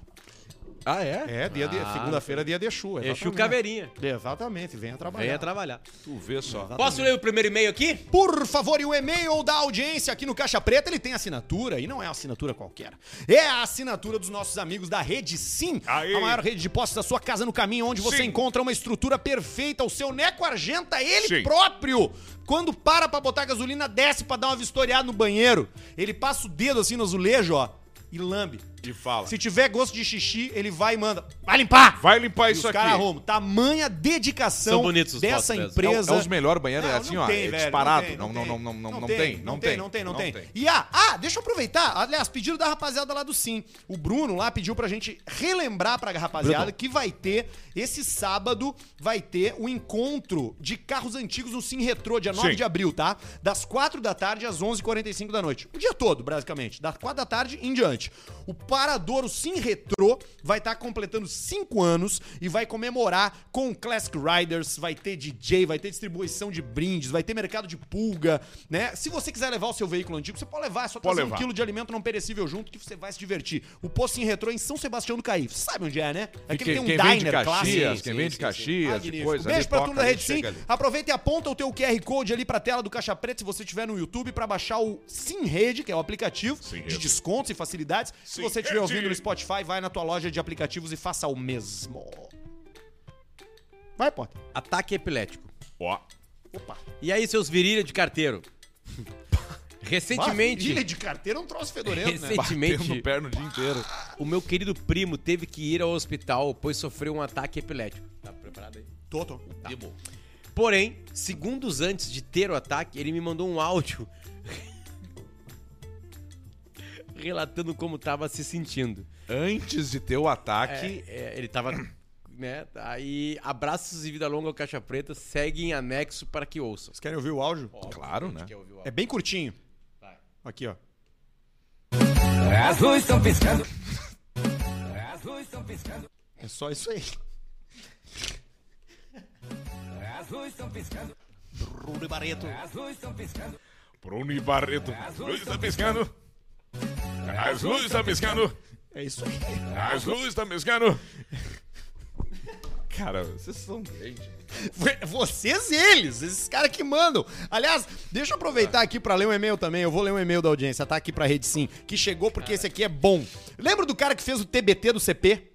Speaker 2: Ah, é?
Speaker 1: É, dia de,
Speaker 3: Ah,
Speaker 1: segunda-feira é dia de Exu.
Speaker 3: Exu
Speaker 1: exatamente.
Speaker 3: Caveirinha.
Speaker 1: Exatamente, venha trabalhar.
Speaker 3: Venha trabalhar.
Speaker 2: Tu vê só.
Speaker 3: Posso ler o primeiro e-mail aqui?
Speaker 1: Por favor, e o e-mail da audiência aqui no Caixa Preta, ele tem assinatura, e não é assinatura qualquer. É a assinatura dos nossos amigos da Rede Sim,
Speaker 2: Aí.
Speaker 1: a maior rede de postos da sua casa no caminho, onde você
Speaker 2: Sim.
Speaker 1: encontra uma estrutura perfeita. O seu Neco argenta ele
Speaker 2: Sim.
Speaker 1: próprio. Quando para pra botar gasolina, desce pra dar uma vistoriada no banheiro. Ele passa o dedo assim no azulejo, ó, e lambe.
Speaker 2: E fala.
Speaker 1: Se tiver gosto de xixi, ele vai e manda. Vai limpar!
Speaker 2: Vai limpar
Speaker 1: E
Speaker 2: É isso
Speaker 1: os
Speaker 2: aqui.
Speaker 1: caras arrumam. Tamanha dedicação
Speaker 3: São bonitos os
Speaker 1: dessa
Speaker 3: fotos mesmo.
Speaker 1: empresa.
Speaker 2: É os melhores banheiros,
Speaker 1: Não,
Speaker 2: é assim,
Speaker 1: não
Speaker 2: ó,
Speaker 1: tem,
Speaker 2: é
Speaker 1: velho,
Speaker 2: disparado.
Speaker 1: tem,
Speaker 2: Não, não, não, não, não, não tem, não tem,
Speaker 1: não tem, não
Speaker 2: não
Speaker 1: tem.
Speaker 2: tem.
Speaker 1: E ah, ah, deixa eu aproveitar, aliás, pediram da rapaziada lá do Sim. O Bruno lá pediu pra gente relembrar pra rapaziada
Speaker 2: Bruno.
Speaker 1: que vai ter, esse sábado, vai ter o encontro de carros antigos no Sim Retrô, dia 9
Speaker 2: Sim.
Speaker 1: de abril, tá? Das 4 da tarde às 11h45 da noite. O dia todo, basicamente. Das 4 da tarde em diante. O Parador, o Sim Retrô, vai estar completando 5 anos e vai comemorar com Classic Riders, vai ter DJ, vai ter distribuição de brindes, vai ter mercado de pulga, né? Se você quiser levar o seu veículo antigo, você pode levar, é só
Speaker 2: Pode
Speaker 1: trazer um
Speaker 2: levar.
Speaker 1: quilo de alimento não perecível junto que você vai se divertir. O Posto Sim Retrô é em São Sebastião do Caí. Sabe onde é, né?
Speaker 2: E
Speaker 1: Aqui
Speaker 2: quem,
Speaker 1: tem um
Speaker 2: quem vem de
Speaker 1: diner clássico.
Speaker 2: Caxias,
Speaker 3: Sim,
Speaker 2: quem
Speaker 3: sim,
Speaker 2: vem
Speaker 3: sim,
Speaker 2: de
Speaker 3: sim.
Speaker 2: Caxias, de
Speaker 1: Magnífico.
Speaker 2: coisa. ali
Speaker 1: Beijo pra
Speaker 2: toca,
Speaker 1: turma da
Speaker 2: ali
Speaker 1: Rede Sim.
Speaker 2: chega ali.
Speaker 1: Aproveita e aponta o teu QR Code ali pra tela do Caixa Preta, se você estiver no YouTube, pra baixar o Sim Rede, que é o aplicativo
Speaker 2: Sim
Speaker 1: de
Speaker 2: Rede.
Speaker 1: descontos e facilidades. se
Speaker 2: Sim
Speaker 1: você estiver
Speaker 2: Rede.
Speaker 1: ouvindo no Spotify, vai na tua loja de aplicativos e faça o mesmo. Vai, Potter.
Speaker 3: Ataque epilético.
Speaker 2: Ó,
Speaker 1: Opa.
Speaker 3: E aí, seus virilha de [laughs] carteiro? Recentemente,
Speaker 1: Ilha de carteira é um troço fedorento, né?
Speaker 2: tendo
Speaker 3: recentemente,
Speaker 2: no perno o dia inteiro.
Speaker 3: o meu querido primo teve que ir ao hospital, pois sofreu um ataque epilético. Tá preparado aí?
Speaker 1: Tô, tô.
Speaker 3: Tá. Porém, segundos antes de ter o ataque, ele me mandou um áudio [laughs] relatando como estava se sentindo.
Speaker 2: Antes de ter o ataque,
Speaker 3: É, é, ele tava. [coughs] Né? Aí, abraços e vida longa ao Caixa Preta, segue em anexo para que ouçam.
Speaker 1: Vocês querem ouvir o áudio?
Speaker 2: claro, né?
Speaker 3: Quer ouvir o áudio?
Speaker 1: É bem curtinho.
Speaker 3: Vai.
Speaker 1: Aqui, ó.
Speaker 5: As luzes É estão piscando. As luzes estão piscando.
Speaker 1: É só isso aí.
Speaker 5: As luzes estão piscando.
Speaker 1: Bruno Barreto.
Speaker 5: As luzes estão piscando.
Speaker 2: Bruno e Barreto. É, As luzes tá estão piscando. As luzes estão piscando.
Speaker 1: É isso aí.
Speaker 2: As luzes estão piscando. Cara, vocês são gente.
Speaker 1: Foi- Vocês, eles, esses caras que mandam. Aliás, deixa eu aproveitar aqui pra ler um e-mail também. Eu vou ler um e-mail da audiência, tá aqui pra Rede Sim, que chegou porque esse aqui é bom. Lembra do cara que fez o TBT do CP?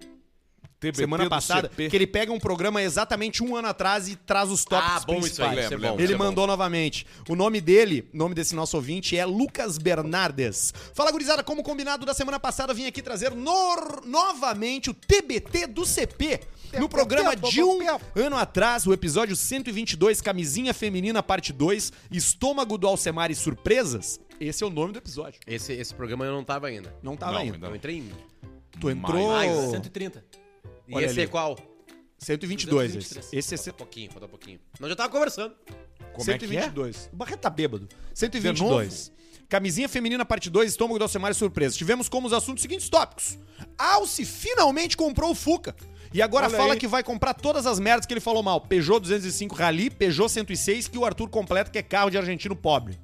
Speaker 2: TBT
Speaker 1: semana
Speaker 2: do
Speaker 1: passada?
Speaker 2: CP.
Speaker 1: Que ele pega um programa exatamente um ano atrás e traz os tópicos
Speaker 3: Ah, bom isso aí,
Speaker 1: principais.
Speaker 3: isso é bom,
Speaker 1: Ele
Speaker 3: isso é bom.
Speaker 1: mandou novamente. O nome dele, o nome desse nosso ouvinte é Lucas Bernardes. Fala, gurizada, como combinado da semana passada, vim aqui trazer nor- novamente o TBT do CP. No programa de um ano atrás, o episódio 122, Camisinha Feminina, parte 2, Estômago do Alcemar e Surpresas. Esse é o nome do episódio.
Speaker 3: Esse, esse programa eu não tava ainda.
Speaker 1: Não tava
Speaker 2: Não,
Speaker 1: ainda.
Speaker 2: ainda
Speaker 3: Eu entrei em Ah,
Speaker 1: Tu entrou...
Speaker 3: mais 130. E
Speaker 1: Olha
Speaker 3: esse é
Speaker 1: ali.
Speaker 3: qual?
Speaker 1: 122. esse.
Speaker 3: 223.
Speaker 1: Esse é...
Speaker 3: Falta pouquinho, falta pouquinho. Nós já tava conversando.
Speaker 2: Como é que é?
Speaker 1: 122. O Barreto tá bêbado. 122. Camisinha feminina, parte 2, estômago do Alcemar e surpresa. Tivemos como os assuntos os seguintes tópicos. Alce finalmente comprou o Fuca. E agora
Speaker 2: Olha
Speaker 1: fala
Speaker 2: aí.
Speaker 1: que vai comprar todas as merdas que ele falou mal. Peugeot 205 Rally, Peugeot 106, que o Arthur completa, que é carro de argentino pobre.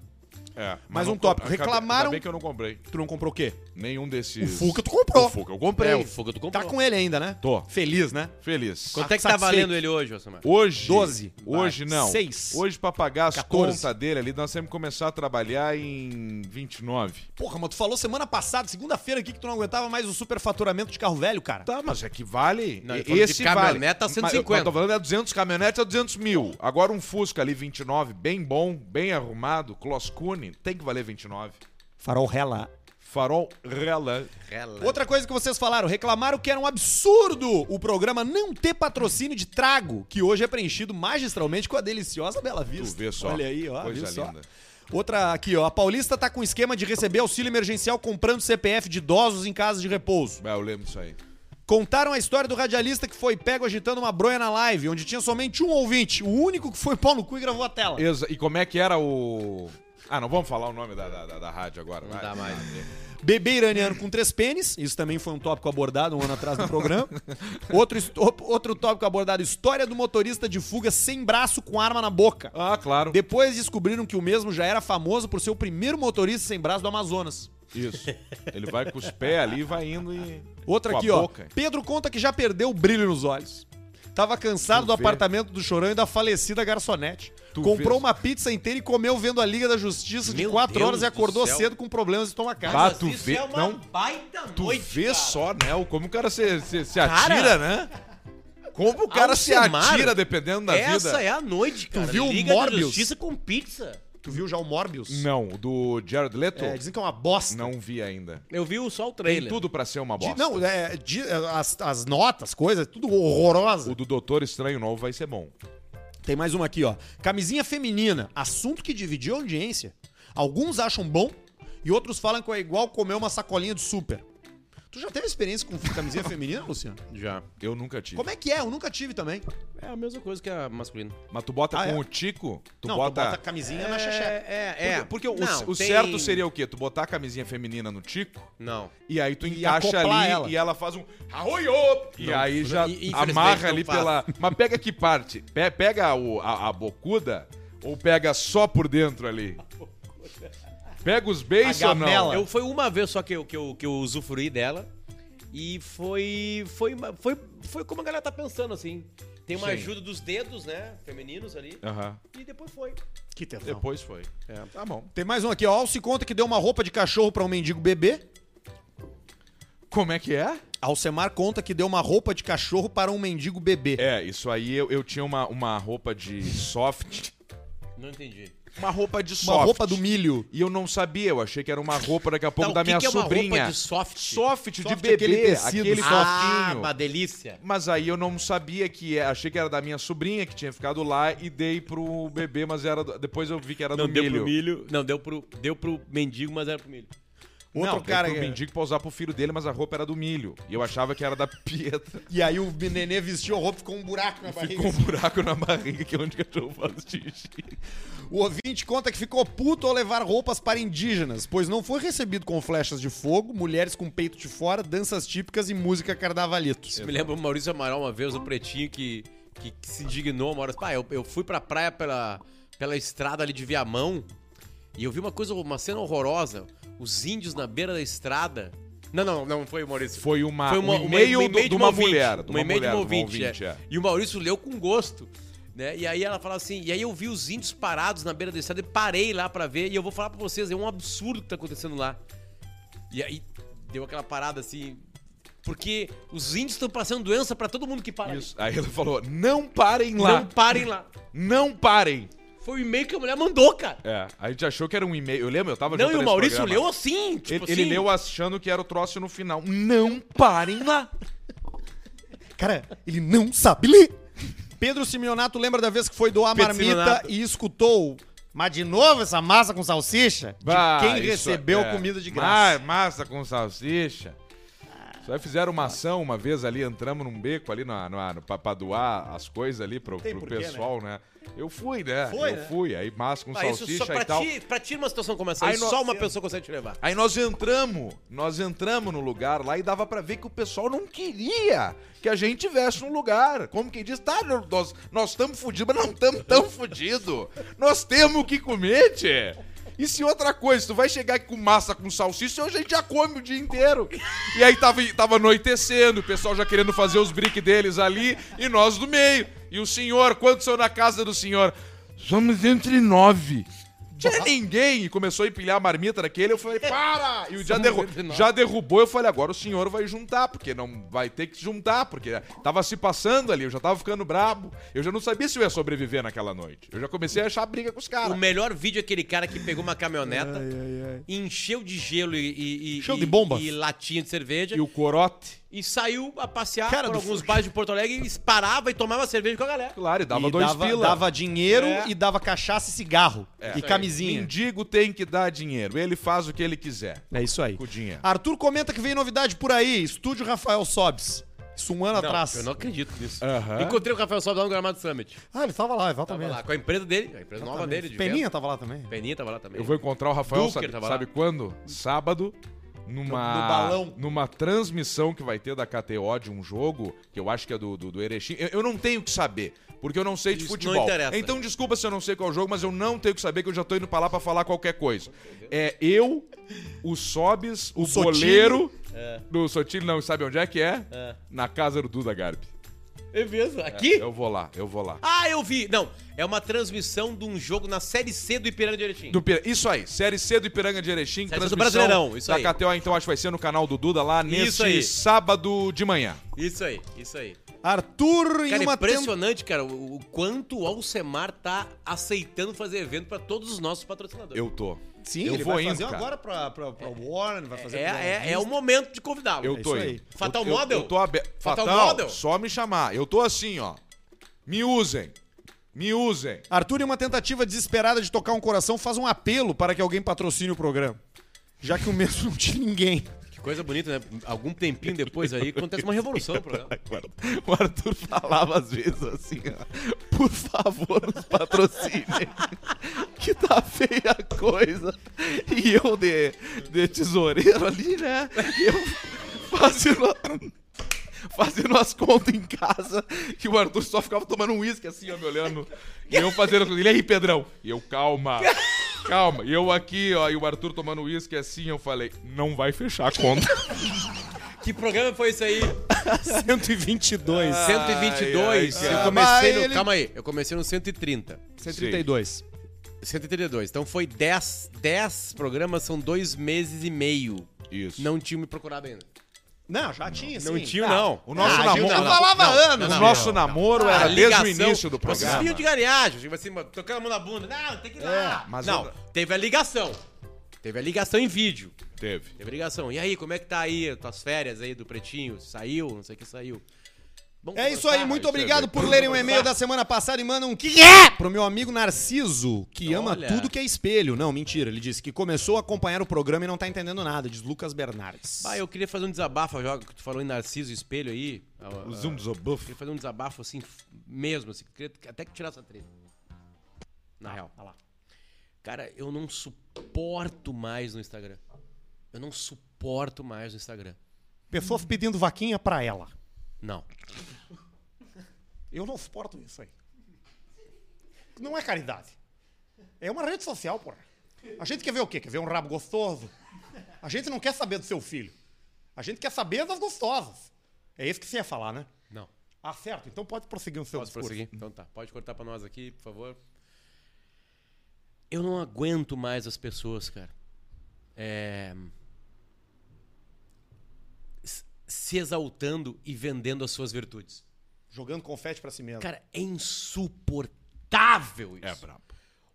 Speaker 2: É, mas
Speaker 1: Mais
Speaker 2: não
Speaker 1: um tópico.
Speaker 2: acabei-
Speaker 1: Reclamaram-
Speaker 2: Ainda bem que eu não comprei
Speaker 1: Tu não comprou o quê?
Speaker 2: nenhum desses.
Speaker 1: O Fuca tu comprou.
Speaker 2: O Fuca eu comprei.
Speaker 3: fogo do
Speaker 1: Tá com ele ainda, né?
Speaker 2: Tô.
Speaker 1: Feliz, né?
Speaker 2: Feliz.
Speaker 3: Quanto é que tá
Speaker 1: satisfeito.
Speaker 3: valendo ele hoje, Osmar?
Speaker 2: Hoje.
Speaker 1: 12.
Speaker 2: Hoje
Speaker 1: Vai.
Speaker 2: não.
Speaker 1: Seis.
Speaker 2: Hoje, pra pagar as
Speaker 1: 14.
Speaker 2: contas dele ali, nós temos que começar a trabalhar em 29.
Speaker 1: Porra, mas tu falou semana passada, segunda-feira aqui, que tu não aguentava mais o superfaturamento de carro velho, cara.
Speaker 2: Tá, mas é que vale.
Speaker 3: Não, eu tô
Speaker 2: esse
Speaker 3: de
Speaker 2: vale.
Speaker 3: caminhonete tá
Speaker 2: Mas eu-
Speaker 3: 150.
Speaker 2: eu tô falando é 200, caminhonete é 200 mil. Agora um Fusca ali, 29, bem bom, bem arrumado, Closcune, tem que valer 29.
Speaker 1: Farol rela.
Speaker 2: Farol Relan.
Speaker 1: Outra coisa que vocês falaram, reclamaram que era um absurdo o programa não ter patrocínio de trago, que hoje é preenchido magistralmente com a deliciosa Bela
Speaker 2: Tu
Speaker 1: Vista.
Speaker 2: vê só.
Speaker 1: Olha aí, ó.
Speaker 2: Coisa
Speaker 1: viu só?
Speaker 2: linda.
Speaker 1: Outra aqui, ó. A Paulista tá com esquema de receber auxílio emergencial comprando CPF de idosos em casa de repouso.
Speaker 2: É, eu lembro disso aí.
Speaker 1: Contaram a história do radialista que foi pego agitando uma bronha na live, onde tinha somente um ouvinte, o único que foi pau no cu e gravou a tela.
Speaker 2: Exa- e como é que era o... Ah, não vamos falar o nome da, da, da- da rádio agora.
Speaker 3: Não dá mais.
Speaker 1: Bebê iraniano com três pênis, isso também foi um tópico abordado um ano atrás no
Speaker 2: [laughs]
Speaker 1: programa. Outro, esto- outro tópico abordado, história do motorista de fuga sem braço com arma na boca.
Speaker 2: Ah, claro.
Speaker 1: Depois descobriram que o mesmo já era famoso por ser o primeiro motorista sem braço do Amazonas.
Speaker 2: Isso. Ele vai com os pés ali e vai indo e.
Speaker 1: Outra
Speaker 2: com a
Speaker 1: aqui, ó.
Speaker 2: boca.
Speaker 1: Pedro conta que já perdeu o brilho nos olhos. Tava cansado
Speaker 2: Tu
Speaker 1: do
Speaker 2: vê.
Speaker 1: apartamento do Chorão e da falecida garçonete.
Speaker 2: Tu
Speaker 1: Comprou
Speaker 2: vê.
Speaker 1: uma pizza inteira e comeu vendo a Liga da Justiça de
Speaker 3: Meu
Speaker 1: 4
Speaker 3: Deus
Speaker 1: horas e
Speaker 3: do
Speaker 1: acordou
Speaker 3: céu.
Speaker 1: cedo com problemas estomacais.
Speaker 2: Bah,
Speaker 3: Mas
Speaker 2: Ah, tu
Speaker 3: isso
Speaker 2: vê-
Speaker 3: é uma
Speaker 2: não.
Speaker 3: baita
Speaker 2: Tu
Speaker 3: noite,
Speaker 2: vê
Speaker 3: cara.
Speaker 2: só, né? o- Como o cara se, se, se
Speaker 3: Cara,
Speaker 2: atira, né? Como o cara se
Speaker 3: Alcemar,
Speaker 2: atira dependendo da
Speaker 3: Essa
Speaker 2: vida.
Speaker 3: é a noite, cara.
Speaker 1: viu o
Speaker 3: Liga da
Speaker 1: Morbius?
Speaker 3: Justiça com pizza.
Speaker 1: Tu viu já o Morbius?
Speaker 2: Não, do Jared Leto?
Speaker 1: É, dizem que é uma bosta.
Speaker 2: Não vi ainda.
Speaker 3: Eu vi só o
Speaker 2: Tem
Speaker 3: trailer.
Speaker 2: tudo pra ser uma
Speaker 1: Di-
Speaker 2: bosta.
Speaker 1: não, é, di- é, as, as notas, coisas, tudo horrorosa.
Speaker 2: O do Doutor Estranho Novo vai ser bom.
Speaker 1: Tem mais uma aqui, ó. Camisinha feminina, assunto que dividiu a audiência. Alguns acham bom e outros falam que é igual comer uma sacolinha de super. Tu já teve experiência com camisinha [laughs] feminina, Luciano?
Speaker 3: Já.
Speaker 2: Eu nunca tive.
Speaker 1: Como é que é? Eu nunca tive também.
Speaker 3: É a mesma coisa que a masculina.
Speaker 2: Mas tu bota
Speaker 1: Ah,
Speaker 2: com
Speaker 1: é?
Speaker 2: o Tico, tu
Speaker 1: não,
Speaker 2: bota.
Speaker 1: tu bota É. a camisinha na xexeca.
Speaker 3: é, é.
Speaker 2: Porque, porque o,
Speaker 3: Não,
Speaker 2: o
Speaker 3: tem-
Speaker 2: certo seria o quê? Tu botar a camisinha feminina no Tico
Speaker 3: Não.
Speaker 2: e aí tu
Speaker 1: E
Speaker 2: encaixa
Speaker 1: acoplar
Speaker 2: ali
Speaker 1: ela.
Speaker 2: e ela faz um. "Aoiô!" E aí já
Speaker 3: e- infelizmente
Speaker 2: amarra
Speaker 3: não
Speaker 2: ali
Speaker 3: faz.
Speaker 2: pela. Mas pega que parte? Pe- pega o- a, a bocuda ou pega só por dentro ali? Pega os beijos
Speaker 1: A
Speaker 2: ou não?
Speaker 1: gamela.
Speaker 2: Eu-
Speaker 3: Eu, foi uma vez só que eu, que eu, que eu usufruí dela. E foi, foi. uma- Foi. Foi como a galera tá pensando, assim. Tem uma
Speaker 2: Sim.
Speaker 3: ajuda dos dedos, né? Femininos ali.
Speaker 2: Aham.
Speaker 3: E depois foi.
Speaker 1: Que tesão.
Speaker 2: Depois foi.
Speaker 3: É.
Speaker 2: Tá bom.
Speaker 1: Tem mais um aqui, ó. Alce conta que deu uma roupa de cachorro pra um mendigo bebê.
Speaker 2: Como é que é?
Speaker 1: Alcemar conta que deu uma roupa de cachorro para um mendigo bebê.
Speaker 2: É, isso aí eu, eu tinha uma, uma roupa de soft.
Speaker 3: Não entendi.
Speaker 2: Uma roupa de
Speaker 1: Uma roupa do milho.
Speaker 2: E eu não sabia, eu achei que era uma roupa daqui a pouco
Speaker 3: Tá, o
Speaker 2: da
Speaker 3: que
Speaker 2: minha
Speaker 3: que é uma
Speaker 2: sobrinha.
Speaker 3: roupa de soft?
Speaker 2: Soft de
Speaker 1: Soft é
Speaker 2: bebê,
Speaker 1: aquele
Speaker 2: aquele,
Speaker 1: tecido soft.
Speaker 3: Ah,
Speaker 2: softinho.
Speaker 3: uma delícia.
Speaker 2: mas aí eu não sabia que é, achei que era da minha sobrinha que tinha ficado lá e dei pro bebê, mas era do- depois eu vi que era
Speaker 3: Não
Speaker 2: do
Speaker 3: deu
Speaker 2: milho.
Speaker 3: pro milho. Não, deu pro, deu pro mendigo, mas era pro milho.
Speaker 1: Outro
Speaker 2: não,
Speaker 1: cara
Speaker 2: dei pro
Speaker 1: que-
Speaker 2: mendigo pra usar pro filho dele, mas a roupa era do milho. E eu achava que era da [laughs] Pietra.
Speaker 1: E aí o nenê vestiu a roupa e ficou um buraco na barriga.
Speaker 2: Ficou um buraco na barriga que é onde o cachorro faz xixi. um-
Speaker 1: O ouvinte conta que ficou puto ao levar roupas para indígenas, pois não foi recebido com flechas de fogo, mulheres com peito de fora, danças típicas e música carnavalito.
Speaker 3: Isso me lembra o Maurício Amaral uma vez, o pretinho que, que, que se indignou uma hora. Pai, eu, eu fui pra praia pela, pela estrada ali de Viamão e eu vi uma coisa, uma cena horrorosa. Os índios na beira da estrada. Não, não, não foi o Maurício.
Speaker 2: Foi uma,
Speaker 3: Foi uma-
Speaker 2: um e-mail,
Speaker 3: um
Speaker 2: do- de uma,
Speaker 3: ouvinte,
Speaker 2: mulher. de
Speaker 3: Um e-mail de
Speaker 2: mulher,
Speaker 3: uma ouvinte, é.
Speaker 2: é.
Speaker 3: E o Maurício leu com gosto. Né? E aí ela fala assim, e aí eu vi os índios parados na beira da estrada e parei lá pra ver. E eu vou falar pra vocês, é um absurdo que tá acontecendo lá. E aí deu aquela parada assim... Porque os índios estão passando doença pra todo mundo que para. ali.
Speaker 2: é. Isso. Aí ele falou, não parem lá.
Speaker 3: Não parem lá.
Speaker 2: Não parem.
Speaker 3: Foi o e-mail que a mulher mandou, cara.
Speaker 2: É, a gente achou que era um e-mail. Eu lembro, eu tava junto
Speaker 3: Não, e o
Speaker 2: nesse
Speaker 3: Maurício
Speaker 2: programa.
Speaker 3: leu assim, tipo
Speaker 2: Ele, ele
Speaker 3: assim.
Speaker 2: leu achando que era o troço no final. Não parem lá.
Speaker 1: Cara, ele não sabe ler. Pedro Simeonato lembra da vez que foi doar
Speaker 3: Pedro
Speaker 1: marmita
Speaker 3: Simeonato.
Speaker 1: e escutou. Mas de novo essa massa com salsicha? De
Speaker 2: Bah,
Speaker 1: quem
Speaker 2: isso
Speaker 1: recebeu
Speaker 2: é.
Speaker 1: comida de graça.
Speaker 2: Ma- massa com salsicha. Só fizeram uma ação uma vez ali, entramos num beco ali na, na, no- pra, pra doar as coisas ali pro,
Speaker 1: Tem
Speaker 2: pro
Speaker 1: porquê,
Speaker 2: pessoal, né? Eu fui, né?
Speaker 1: Foi,
Speaker 2: eu
Speaker 1: né?
Speaker 2: fui. Aí massa com
Speaker 3: Ah, isso só
Speaker 2: um salsicha
Speaker 3: pra,
Speaker 2: e tal.
Speaker 3: ti, pra ti, uma situação como essa, aí
Speaker 2: Aí nós-
Speaker 3: só uma pessoa consegue te levar.
Speaker 2: Aí nós entramos, nós entramos no lugar lá e dava pra ver que o pessoal não queria que a gente tivesse um lugar. Como quem diz, tá, nós nós estamos fudidos, mas não estamos tão fudidos. Nós temos o que comer, tchê. E se outra coisa, tu vai chegar aqui com massa com salsicha, hoje a gente já come o dia inteiro. E aí tava, tava anoitecendo, o pessoal já querendo fazer os briques deles ali e nós do meio. E o senhor, quantos são na casa do senhor? Somos entre nove. Tinha ninguém e começou a empilhar a marmita daquele,
Speaker 1: [laughs]
Speaker 2: eu falei, para! E o já, derru- já derrubou, eu falei, agora o senhor vai juntar, porque não vai ter que juntar, porque tava se passando ali, eu já tava ficando brabo. Eu já não sabia se eu ia sobreviver naquela noite. Eu já comecei a achar briga com os
Speaker 3: O
Speaker 2: caras.
Speaker 3: melhor vídeo é aquele cara que pegou uma caminhoneta, encheu de gelo e, e, e-
Speaker 1: Encheu de
Speaker 3: e-
Speaker 1: bombas.
Speaker 3: e latinha de cerveja
Speaker 2: E o corote,
Speaker 3: e saiu a passear
Speaker 1: Cara
Speaker 3: por
Speaker 1: do
Speaker 3: alguns bairros de Porto Alegre e parava e tomava cerveja com a galera.
Speaker 2: claro, e dava
Speaker 1: E
Speaker 2: dois
Speaker 1: dava,
Speaker 2: pila.
Speaker 1: dava dinheiro
Speaker 2: É.
Speaker 1: e dava cachaça e cigarro. e
Speaker 2: isso aí.
Speaker 1: camisinha.
Speaker 2: Mendigo tem que dar dinheiro, ele faz o que ele quiser.
Speaker 1: É isso aí.
Speaker 2: Com dinheiro.
Speaker 1: Arthur comenta que veio novidade por aí. Estúdio Rafael Sobes. Isso um ano
Speaker 3: Não,
Speaker 1: atrás.
Speaker 3: eu não acredito nisso.
Speaker 2: Aham.
Speaker 3: Encontrei o Rafael Sobes lá no Gramado Summit.
Speaker 1: Ah, ele tava lá,
Speaker 3: Tava
Speaker 1: exatamente.
Speaker 3: lá com a empresa dele, a empresa nova dele. de
Speaker 1: Peninha
Speaker 3: venda.
Speaker 1: tava lá também.
Speaker 3: Peninha tava lá também.
Speaker 2: Eu vou encontrar o Rafael,
Speaker 3: Dunker
Speaker 2: sabe,
Speaker 3: tava lá.
Speaker 2: sabe quando? Sábado,
Speaker 1: No-
Speaker 2: numa,
Speaker 1: no balão.
Speaker 2: numa transmissão que vai ter da KTO de um jogo, que eu acho que é do, do, do Erechim. Eu, eu não tenho que saber, porque eu não sei de
Speaker 3: Isso não
Speaker 2: futebol.
Speaker 3: interessa.
Speaker 2: Então, desculpa se eu não sei qual é o jogo, mas eu não tenho que saber que eu já tô indo pra lá pra falar qualquer coisa. É eu, o Sobis, o,
Speaker 1: Sotile.
Speaker 2: goleiro.
Speaker 3: É.
Speaker 2: Do Sotile, não sabe onde é que é?
Speaker 3: É.
Speaker 2: Na casa do Duda Garbi.
Speaker 3: É mesmo? Aqui?
Speaker 2: Eu vou lá, eu vou lá.
Speaker 3: Ah, eu vi! Não, é uma transmissão de um jogo na Série C do Ipiranga de Erechim.
Speaker 2: Do Pira- Isso aí, Série C do Ipiranga de Erechim,
Speaker 3: Série C
Speaker 2: transmissão
Speaker 3: do Brasileirão, isso
Speaker 2: da
Speaker 3: aí.
Speaker 2: KTO, então acho que vai ser no canal do Duda lá
Speaker 3: Isso
Speaker 2: neste
Speaker 3: aí.
Speaker 2: sábado de manhã.
Speaker 3: Isso aí, isso aí.
Speaker 1: Arthur em
Speaker 3: Cara, é
Speaker 1: uma tem-
Speaker 3: impressionante, cara, o, o quanto o Alcemar tá aceitando fazer evento pra todos os nossos patrocinadores.
Speaker 2: Eu tô.
Speaker 1: Sim,
Speaker 2: eu
Speaker 1: ele
Speaker 2: vou
Speaker 1: vai
Speaker 2: indo,
Speaker 1: fazer
Speaker 2: cara.
Speaker 1: agora pra, pra, pra Warren, vai fazer
Speaker 3: é,
Speaker 1: pra-
Speaker 3: é, é o momento de convidá-lo.
Speaker 2: Eu
Speaker 1: É
Speaker 2: tô
Speaker 1: isso aí.
Speaker 2: indo.
Speaker 3: Fatal
Speaker 2: eu, eu-
Speaker 3: Model?
Speaker 2: Eu tô aberto.
Speaker 3: Fatal
Speaker 2: Fatal,
Speaker 3: Model?
Speaker 2: só me chamar. Eu tô assim, ó. Me usem. Me usem.
Speaker 1: Arthur, em uma tentativa desesperada de tocar um coração, faz um apelo para que alguém patrocine o programa. Já que o mesmo não tinha ninguém.
Speaker 3: Que coisa bonita, né? Algum tempinho depois aí acontece uma revolução
Speaker 2: [laughs]
Speaker 3: no programa.
Speaker 4: O Arthur falava às vezes assim, ó. Por favor, nos patrocinem. [laughs] Que tá feia a coisa. E eu de, de tesoureiro ali, né? Eu fazendo. Fazendo as contas em casa, que o Arthur só ficava tomando um uísque assim, ó, me olhando.
Speaker 2: E eu fazendo. Ele aí, Pedrão. E eu,
Speaker 3: [laughs]
Speaker 2: calma. Calma. E eu aqui, ó, e o Arthur tomando uísque assim, eu falei, não vai fechar a
Speaker 3: [laughs]
Speaker 2: conta.
Speaker 3: Que programa foi esse aí? [laughs]
Speaker 1: 122.
Speaker 3: 122.
Speaker 2: ai, cara.
Speaker 3: eu comecei
Speaker 1: Mas
Speaker 3: no...
Speaker 1: ele-
Speaker 3: Calma aí, eu comecei no 130.
Speaker 1: 132.
Speaker 3: 132. Então foi 10, 10 programas, são dois meses e meio.
Speaker 2: Isso.
Speaker 3: Não tinha me procurado ainda.
Speaker 1: Não, já tinha, sim.
Speaker 3: Não tinha,
Speaker 1: Ah,
Speaker 3: não.
Speaker 2: O nosso
Speaker 3: Ah,
Speaker 2: namoro.
Speaker 3: tinha, não,
Speaker 2: eu
Speaker 3: não.
Speaker 2: falava
Speaker 3: Não,
Speaker 2: anos.
Speaker 3: não,
Speaker 2: o
Speaker 3: não.
Speaker 2: nosso namoro era
Speaker 3: A ligação-
Speaker 2: desde o início do
Speaker 3: Vocês
Speaker 2: programa.
Speaker 3: vinham de gareagem, tipo assim, tocando a mão na bunda. Não, tem que ir lá.
Speaker 2: É, mas
Speaker 3: não,
Speaker 2: eu-
Speaker 3: teve a ligação. Teve a ligação em vídeo.
Speaker 2: Teve.
Speaker 3: Teve a ligação. E aí, como é que tá aí tuas férias aí do Pretinho? Saiu? Não sei o que saiu. Vamos
Speaker 1: É isso
Speaker 3: conversar,
Speaker 1: aí, muito
Speaker 3: isso é
Speaker 1: obrigado
Speaker 3: bem-
Speaker 1: por lerem o e-mail da semana passada e mandam um que é pro meu amigo Narciso, que ama
Speaker 3: Olha.
Speaker 1: tudo que é espelho. Não, mentira, ele disse que começou a acompanhar o programa e não tá entendendo nada, diz Lucas Bernardes.
Speaker 3: Bah, eu queria fazer um desabafo, joga que tu falou em Narciso e Espelho aí. Ah, ah,
Speaker 2: O Zoom
Speaker 3: Eu
Speaker 2: Zobuff.
Speaker 3: queria fazer um desabafo assim, f- mesmo, assim. Queria até que tirasse a treta. Na real, tá lá. Cara, eu não suporto mais no Instagram. Eu não suporto mais no Instagram.
Speaker 1: Pessoas pedindo vaquinha pra ela.
Speaker 3: Não.
Speaker 1: Eu não suporto isso aí. Não é caridade. É uma rede social, porra. A gente quer ver o quê? Quer ver um rabo gostoso? A gente não quer saber do seu filho. A gente quer saber das gostosas. É isso que você ia falar, né?
Speaker 3: Não.
Speaker 1: Ah, certo. Então pode prosseguir o seu
Speaker 3: Posso
Speaker 1: discurso.
Speaker 3: prosseguir? Então tá. Pode cortar pra nós aqui, por favor. Eu não aguento mais as pessoas, cara. É, s- Se exaltando e vendendo as suas virtudes.
Speaker 1: Jogando confete pra si mesmo.
Speaker 3: Cara, é insuportável isso.
Speaker 2: É brabo.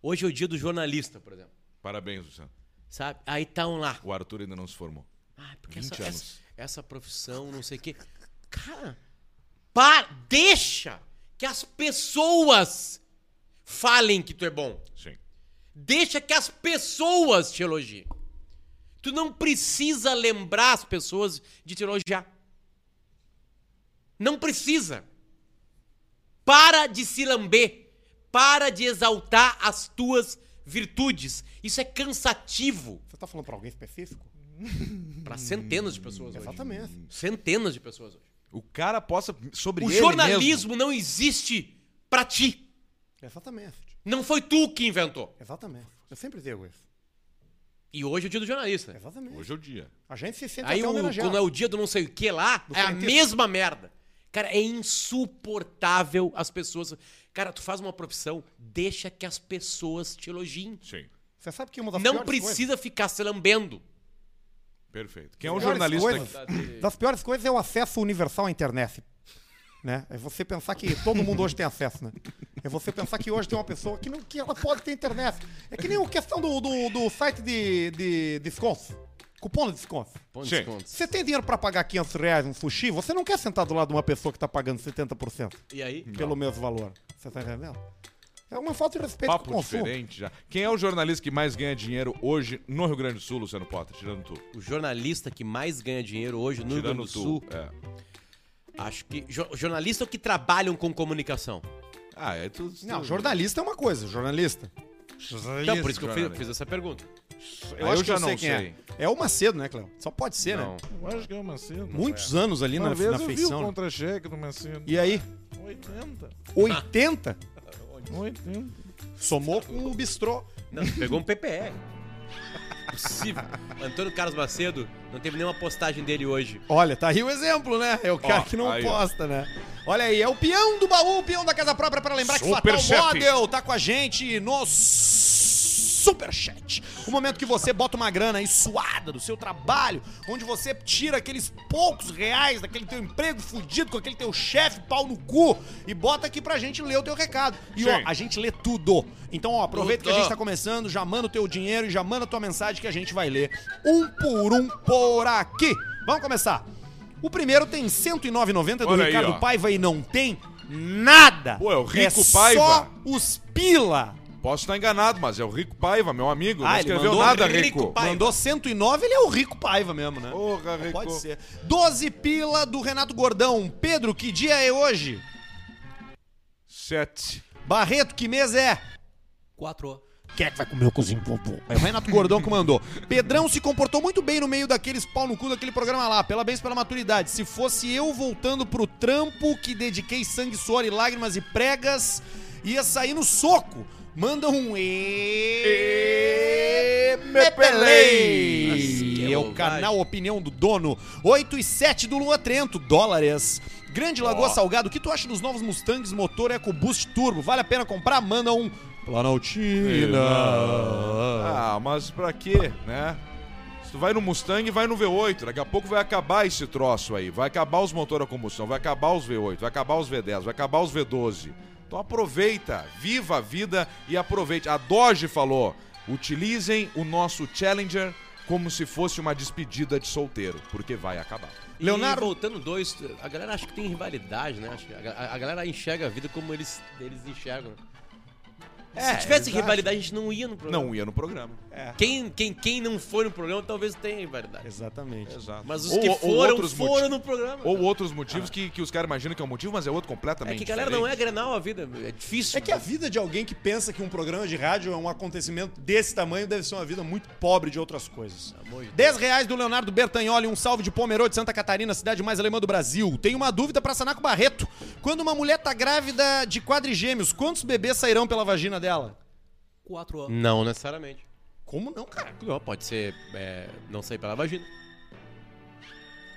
Speaker 3: Hoje é o dia do jornalista, por exemplo.
Speaker 2: Parabéns, Luciano.
Speaker 3: Sabe? Aí tá um lá.
Speaker 2: O Arthur ainda não se formou.
Speaker 3: Ah, porque essa,
Speaker 2: 20 anos.
Speaker 3: essa, essa profissão, não sei o quê. Cara, pa, deixa que as pessoas falem que tu é bom.
Speaker 2: Sim.
Speaker 3: Deixa que as pessoas te elogiem. Tu não precisa lembrar as pessoas de te elogiar. Não precisa. Para de se lamber. Para de exaltar as tuas virtudes. Isso é cansativo
Speaker 1: Você tá falando pra alguém específico?
Speaker 2: Hum,
Speaker 3: para centenas de pessoas hoje.
Speaker 1: Exatamente.
Speaker 3: Centenas de pessoas hoje.
Speaker 2: O cara possa sobre
Speaker 3: O
Speaker 2: ele mesmo.
Speaker 3: jornalismo não existe para ti.
Speaker 1: Exatamente.
Speaker 3: Não foi tu que inventou.
Speaker 1: Exatamente. Eu sempre digo isso.
Speaker 3: E hoje é o dia do jornalista.
Speaker 1: Exatamente.
Speaker 2: Hoje é o dia.
Speaker 1: A gente se sente
Speaker 3: Aí
Speaker 1: até
Speaker 3: o-
Speaker 1: homenageado.
Speaker 3: quando é o dia do não sei o que lá, é a
Speaker 1: frentista.
Speaker 3: mesma merda. Cara, é insuportável as pessoas. Cara, tu faz uma profissão, deixa que as pessoas te elogiem.
Speaker 2: Sim.
Speaker 1: Você sabe que uma das
Speaker 3: Não
Speaker 1: piores coisas-
Speaker 3: precisa ficar se lambendo.
Speaker 2: Perfeito. Quem é um
Speaker 1: Piores
Speaker 2: jornalista
Speaker 1: coisas- Das piores coisas é o acesso universal à internet. Né? É você pensar que todo mundo hoje tem acesso, né? É você pensar que hoje tem uma pessoa que, não, que ela pode ter internet. É que nem a questão do, do, do site de, de desconto. Cupom de desconto.
Speaker 3: Pô,
Speaker 2: Sim.
Speaker 3: desconto.
Speaker 1: Você tem dinheiro pra pagar 500 reais um sushi, você não quer sentar do lado de uma pessoa que tá pagando 70%
Speaker 3: E aí?
Speaker 1: pelo mesmo valor. Você tá entendendo? É uma falta de respeito com o
Speaker 2: Papo
Speaker 1: consumo.
Speaker 2: diferente já. Quem é o jornalista que mais ganha dinheiro hoje no Rio Grande do Sul, Luciano Potter? Tirando tu.
Speaker 3: O jornalista que mais ganha dinheiro hoje no Rio Grande
Speaker 2: Tirando tu.
Speaker 3: do Sul,
Speaker 2: É.
Speaker 3: acho que. Jo jornalistas que trabalham com comunicação.
Speaker 2: Ah, é tu.
Speaker 1: Não,
Speaker 2: tu-
Speaker 1: jornalista é uma coisa, jornalista.
Speaker 3: Então, por isso que eu fiz,
Speaker 2: É jornalista.
Speaker 3: fiz essa pergunta.
Speaker 2: Ah, eu já não sei.
Speaker 1: quem é. É o Macedo, né, Cléo? Só pode ser,
Speaker 3: Não.
Speaker 1: né?
Speaker 2: Eu acho que é o Macedo.
Speaker 1: Muitos anos ali na,
Speaker 2: Uma vez
Speaker 1: na
Speaker 2: eu vi o
Speaker 1: feição. né?
Speaker 2: contra-cheque do Macedo.
Speaker 1: E aí,
Speaker 2: 80.
Speaker 1: 80
Speaker 2: 80.
Speaker 1: somou com o bistrô.
Speaker 3: Não, pegou um PPR. Possível. Antônio Carlos Macedo, não teve nenhuma postagem dele hoje.
Speaker 1: Olha, tá aí o exemplo, né? É o cara
Speaker 2: Ó,
Speaker 1: que não
Speaker 2: aí, ó.
Speaker 1: posta, né? Olha aí, é o peão do baú, o peão da casa própria, para lembrar que
Speaker 2: Superchat.
Speaker 1: o Fatal Model tá com a gente no Superchat. O momento que você bota uma grana aí suada do seu trabalho, onde você tira aqueles poucos reais daquele teu emprego fudido, com aquele teu chefe pau no cu, e bota aqui pra gente ler o teu recado. E ó,
Speaker 2: Sim.
Speaker 1: a gente lê tudo. Então ó, aproveita que a
Speaker 3: Tudo.
Speaker 1: gente tá começando, já manda o teu dinheiro e já manda a tua mensagem que a gente vai ler um por um por aqui. Vamos começar. O primeiro tem 109,90 do
Speaker 2: Olha aí,
Speaker 1: Ricardo
Speaker 2: ó.
Speaker 1: Paiva e não tem nada.
Speaker 2: Pô, é o Rico
Speaker 1: Só
Speaker 2: Paiva.
Speaker 1: os pila.
Speaker 2: Posso estar enganado, mas é o Rico Paiva, meu amigo.
Speaker 1: Ah,
Speaker 2: não
Speaker 1: ele
Speaker 2: escreveu
Speaker 1: mandou
Speaker 2: nada,
Speaker 3: Rico
Speaker 2: Rico.
Speaker 3: Paiva.
Speaker 1: Mandou 109, ele é o Rico Paiva mesmo, né?
Speaker 2: Porra, Rico.
Speaker 1: Pode ser. 12 pila do Renato Gordão. Pedro, que dia é hoje?
Speaker 2: Sete.
Speaker 1: Barreto, que mês é?
Speaker 3: Quatro.
Speaker 1: Quem é que vai comer o cozinho pompom? É o Renato Gordão que mandou. Pedrão se comportou muito bem no meio daqueles pau no cu daquele programa lá. Parabéns pela maturidade. Se fosse eu voltando pro trampo que dediquei sangue, suor e lágrimas e pregas, ia sair no soco. Manda um e... Me pelei!
Speaker 3: que
Speaker 1: É o
Speaker 3: bobagem.
Speaker 1: canal Opinião do Dono. 8 e 7 do Lua Trento, dólares. Grande Lagoa Salgado, o que tu acha dos novos Mustangs motor EcoBoost Turbo? Vale a pena comprar? Manda um Planaltina.
Speaker 2: Ah, mas pra quê, né? Se tu vai no Mustang, vai no V8. Daqui a pouco vai acabar esse troço aí. Vai acabar os motores a combustão, vai acabar os V8, vai acabar os V10, vai acabar os V12. Então aproveita, viva a vida e aproveite. A Doge falou: utilizem o nosso Challenger como se fosse uma despedida de solteiro, porque vai acabar.
Speaker 1: Leonardo-
Speaker 3: E voltando dois, a galera acha que tem rivalidade, né? Acho que A, a galera enxerga a vida como eles, eles enxergam. Se tivesse rivalidade, a gente não ia no programa.
Speaker 2: É, Não ia no programa.
Speaker 3: É Quem, quem, quem não foi no programa talvez tenha rivalidade.
Speaker 1: Exatamente.
Speaker 2: Exato.
Speaker 3: Mas os
Speaker 2: Ou-
Speaker 3: que
Speaker 2: ou
Speaker 3: foram,
Speaker 2: outros
Speaker 3: foram
Speaker 2: motivos-
Speaker 3: no programa.
Speaker 2: Ou outros motivos que, que os caras imaginam que é um motivo, mas é outro
Speaker 3: Ah. é
Speaker 2: completamente.
Speaker 3: que a galera não é grenal a vida, é difícil.
Speaker 1: É que a vida de alguém que pensa que um programa de rádio é um acontecimento desse tamanho deve ser uma vida muito pobre de outras coisas.
Speaker 3: amor de
Speaker 1: 10 reais do Leonardo Bertagnoli, um salve de Pomerode, Santa Catarina, cidade mais alemã do Brasil. Tenho uma dúvida pra Sanaco Barreto. Quando uma mulher tá grávida de quadrigêmeos, quantos bebês sairão pela vagina dela?
Speaker 3: Quatro anos. Não necessariamente.
Speaker 1: Como não, cara?
Speaker 3: Não, pode ser é, não sair pela vagina.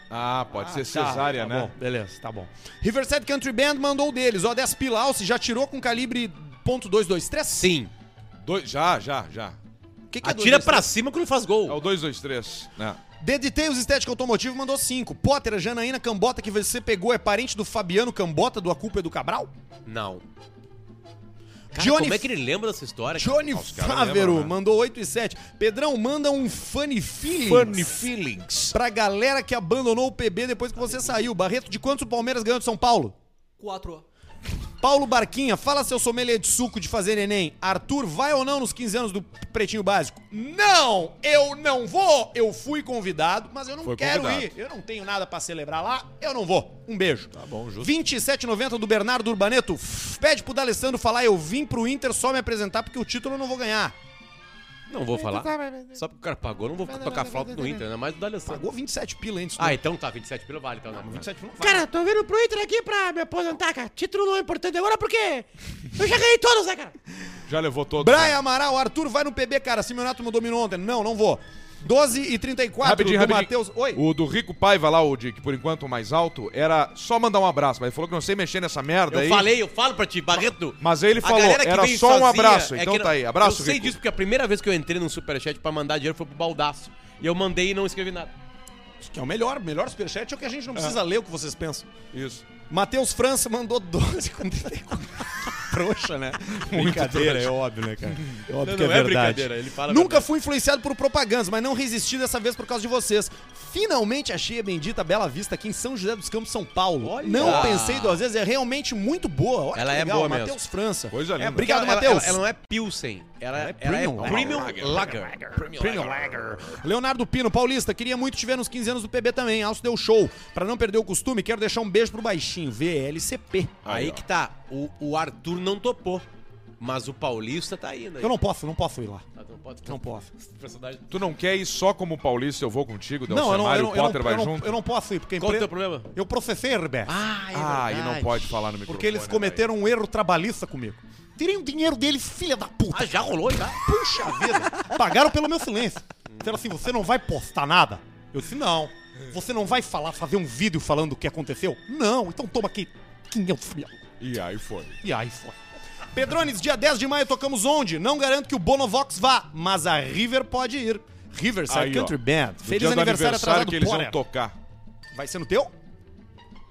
Speaker 2: Ah, pode ser
Speaker 1: tá,
Speaker 2: cesárea,
Speaker 1: tá
Speaker 2: né?
Speaker 1: bom, beleza, tá bom. Riverside Country Band mandou o deles, ó, 10 pila, Alce, já tirou com calibre .223?
Speaker 3: Sim.
Speaker 2: Dois, já, já, já.
Speaker 1: O que, que é
Speaker 3: Atira
Speaker 1: 223?
Speaker 3: pra cima quando faz
Speaker 2: É o
Speaker 3: gol.
Speaker 2: 2, 2, 3. É.
Speaker 1: Deditei os Estética Automotivo mandou 5. Potter, a Janaína Cambota que você pegou é parente do Fabiano Cambota do A Culpa é do Cabral?
Speaker 3: Não. Cara,
Speaker 1: Johnny-
Speaker 3: como é que ele lembra dessa história?
Speaker 1: Johnny
Speaker 2: os caras
Speaker 1: Fávero
Speaker 2: lembram, né?
Speaker 1: mandou 8 e 7. Pedrão, manda um funny feeling.
Speaker 2: feelings.
Speaker 1: Pra galera que abandonou o PB depois que você saiu. Barreto, de quantos o Palmeiras ganhou de São Paulo?
Speaker 3: Quatro.
Speaker 1: Paulo Barquinha, fala seu sommelier de suco de fazer neném. Arthur, vai ou não nos 15 anos do Pretinho Básico? Não, eu não vou. Eu fui convidado, mas eu não
Speaker 2: Foi
Speaker 1: quero
Speaker 2: convidado.
Speaker 1: ir. Eu não tenho nada pra celebrar lá, eu não vou. Um beijo. Tá
Speaker 2: bom, justo.
Speaker 1: 27,90 do Bernardo Urbaneto. F- Pede pro D'Alessandro falar, eu vim pro Inter só me apresentar porque o título eu não vou ganhar.
Speaker 3: Não vou falar. Só porque o cara pagou, eu não vou ficar tocar flauta do Inter, né? ainda mais do D'Alessandro.
Speaker 1: Pagou 27 pila antes.
Speaker 3: Ah, então tá, 27 pelo vale, então. Não.
Speaker 1: 27 não vale.
Speaker 6: Cara, tô vindo pro Inter aqui pra me aposentar, cara. Título não é importante agora porque eu já ganhei todos, né, cara?
Speaker 2: Já levou né? todo.
Speaker 1: Brian Amaral, Arthur, vai no PB, cara. Simeonato me dominou ontem. Não, não vou. 12 e 34
Speaker 2: Rapidinho,
Speaker 1: do
Speaker 2: rapidinho.
Speaker 1: Matheus. Oi.
Speaker 2: O do Rico Paiva lá, o de que por enquanto é o mais alto, era só mandar um abraço, mas ele falou que não sei mexer nessa merda
Speaker 3: Eu
Speaker 2: aí.
Speaker 3: falei, eu falo pra ti, Barreto.
Speaker 2: Mas aí ele
Speaker 3: A
Speaker 2: falou,
Speaker 3: galera que
Speaker 2: era
Speaker 3: vem
Speaker 2: só um
Speaker 3: sozinha
Speaker 2: abraço.
Speaker 3: é
Speaker 2: então
Speaker 3: que não-
Speaker 2: tá aí, abraço,
Speaker 3: Eu sei
Speaker 2: Rico.
Speaker 3: disso porque é a primeira vez que eu entrei no superchat pra mandar dinheiro foi pro Baldaço. E eu mandei e não escrevi nada.
Speaker 1: Que é o melhor, o melhor superchat é o que a gente não precisa ler o que vocês pensam.
Speaker 2: Isso.
Speaker 1: Matheus França mandou 12 com 34. [laughs] Trouxa, né? brincadeira, é óbvio, né, cara? É óbvio que é, verdade.
Speaker 3: ele fala.
Speaker 1: Nunca fui influenciado por propagandas, mas não resisti dessa vez por causa de vocês. Finalmente achei a bendita Bela Vista aqui em São José dos Campos, São Paulo.
Speaker 3: Olha!
Speaker 1: Não pensei duas vezes, é realmente muito boa. Olha
Speaker 3: Ela
Speaker 1: que
Speaker 3: é
Speaker 1: legal,
Speaker 3: boa mesmo.
Speaker 1: Matheus França.
Speaker 2: Coisa
Speaker 1: é,
Speaker 2: linda.
Speaker 1: obrigado,
Speaker 3: ela-
Speaker 1: Matheus.
Speaker 3: Ela, ela não é Pilsen. Ela, ela é
Speaker 1: premium
Speaker 3: Premium,
Speaker 1: lager.
Speaker 3: Lager.
Speaker 1: Premium Lager. Leonardo Pino, Paulista, queria muito te ver nos 15 anos do PB também. Alço deu show. Pra não perder o costume, quero deixar um beijo pro baixinho. VLCP.
Speaker 3: Aí que tá. O, o Arthur não topou. Mas o paulista tá indo aí.
Speaker 1: Eu não posso, não posso ir lá.
Speaker 3: Ah, Não pode
Speaker 1: Não posso.
Speaker 3: personagem.
Speaker 2: Tu não quer ir só como paulista, eu vou contigo, Del
Speaker 1: não, eu não,
Speaker 2: Samar e
Speaker 1: eu não, eu não,
Speaker 2: o Então Potter
Speaker 1: eu
Speaker 2: vai
Speaker 1: não-
Speaker 2: junto?
Speaker 1: eu não posso ir, porque a
Speaker 3: Qual o
Speaker 1: empresa-
Speaker 3: teu problema?
Speaker 1: Eu processei, Rebeca.
Speaker 3: Ah,
Speaker 2: Ah, aí não pode falar no microfone.
Speaker 1: porque eles
Speaker 2: né,
Speaker 1: cometeram um erro trabalhista comigo. Tirei o dinheiro deles, filha da puta.
Speaker 3: Ah, já rolou já?
Speaker 1: Puxa vida! Pagaram pelo meu silêncio. Disseram assim: você não vai postar nada? Eu disse: não. Você não vai falar, fazer um vídeo falando o que aconteceu? Não, então toma aqui é 500 mil.
Speaker 2: velho? E aí foi.
Speaker 1: E aí foi. Pedrones, dia 10 de maio tocamos onde? Não garanto que o Bonovox vá, mas a River pode ir. Riverside
Speaker 2: Aí, ó.
Speaker 1: Country Band.
Speaker 2: No
Speaker 1: é Feliz
Speaker 2: dia do
Speaker 1: aniversário, atrasado,
Speaker 2: Ah, que eles
Speaker 1: Potter.
Speaker 2: vão tocar.
Speaker 1: Vai ser no teu?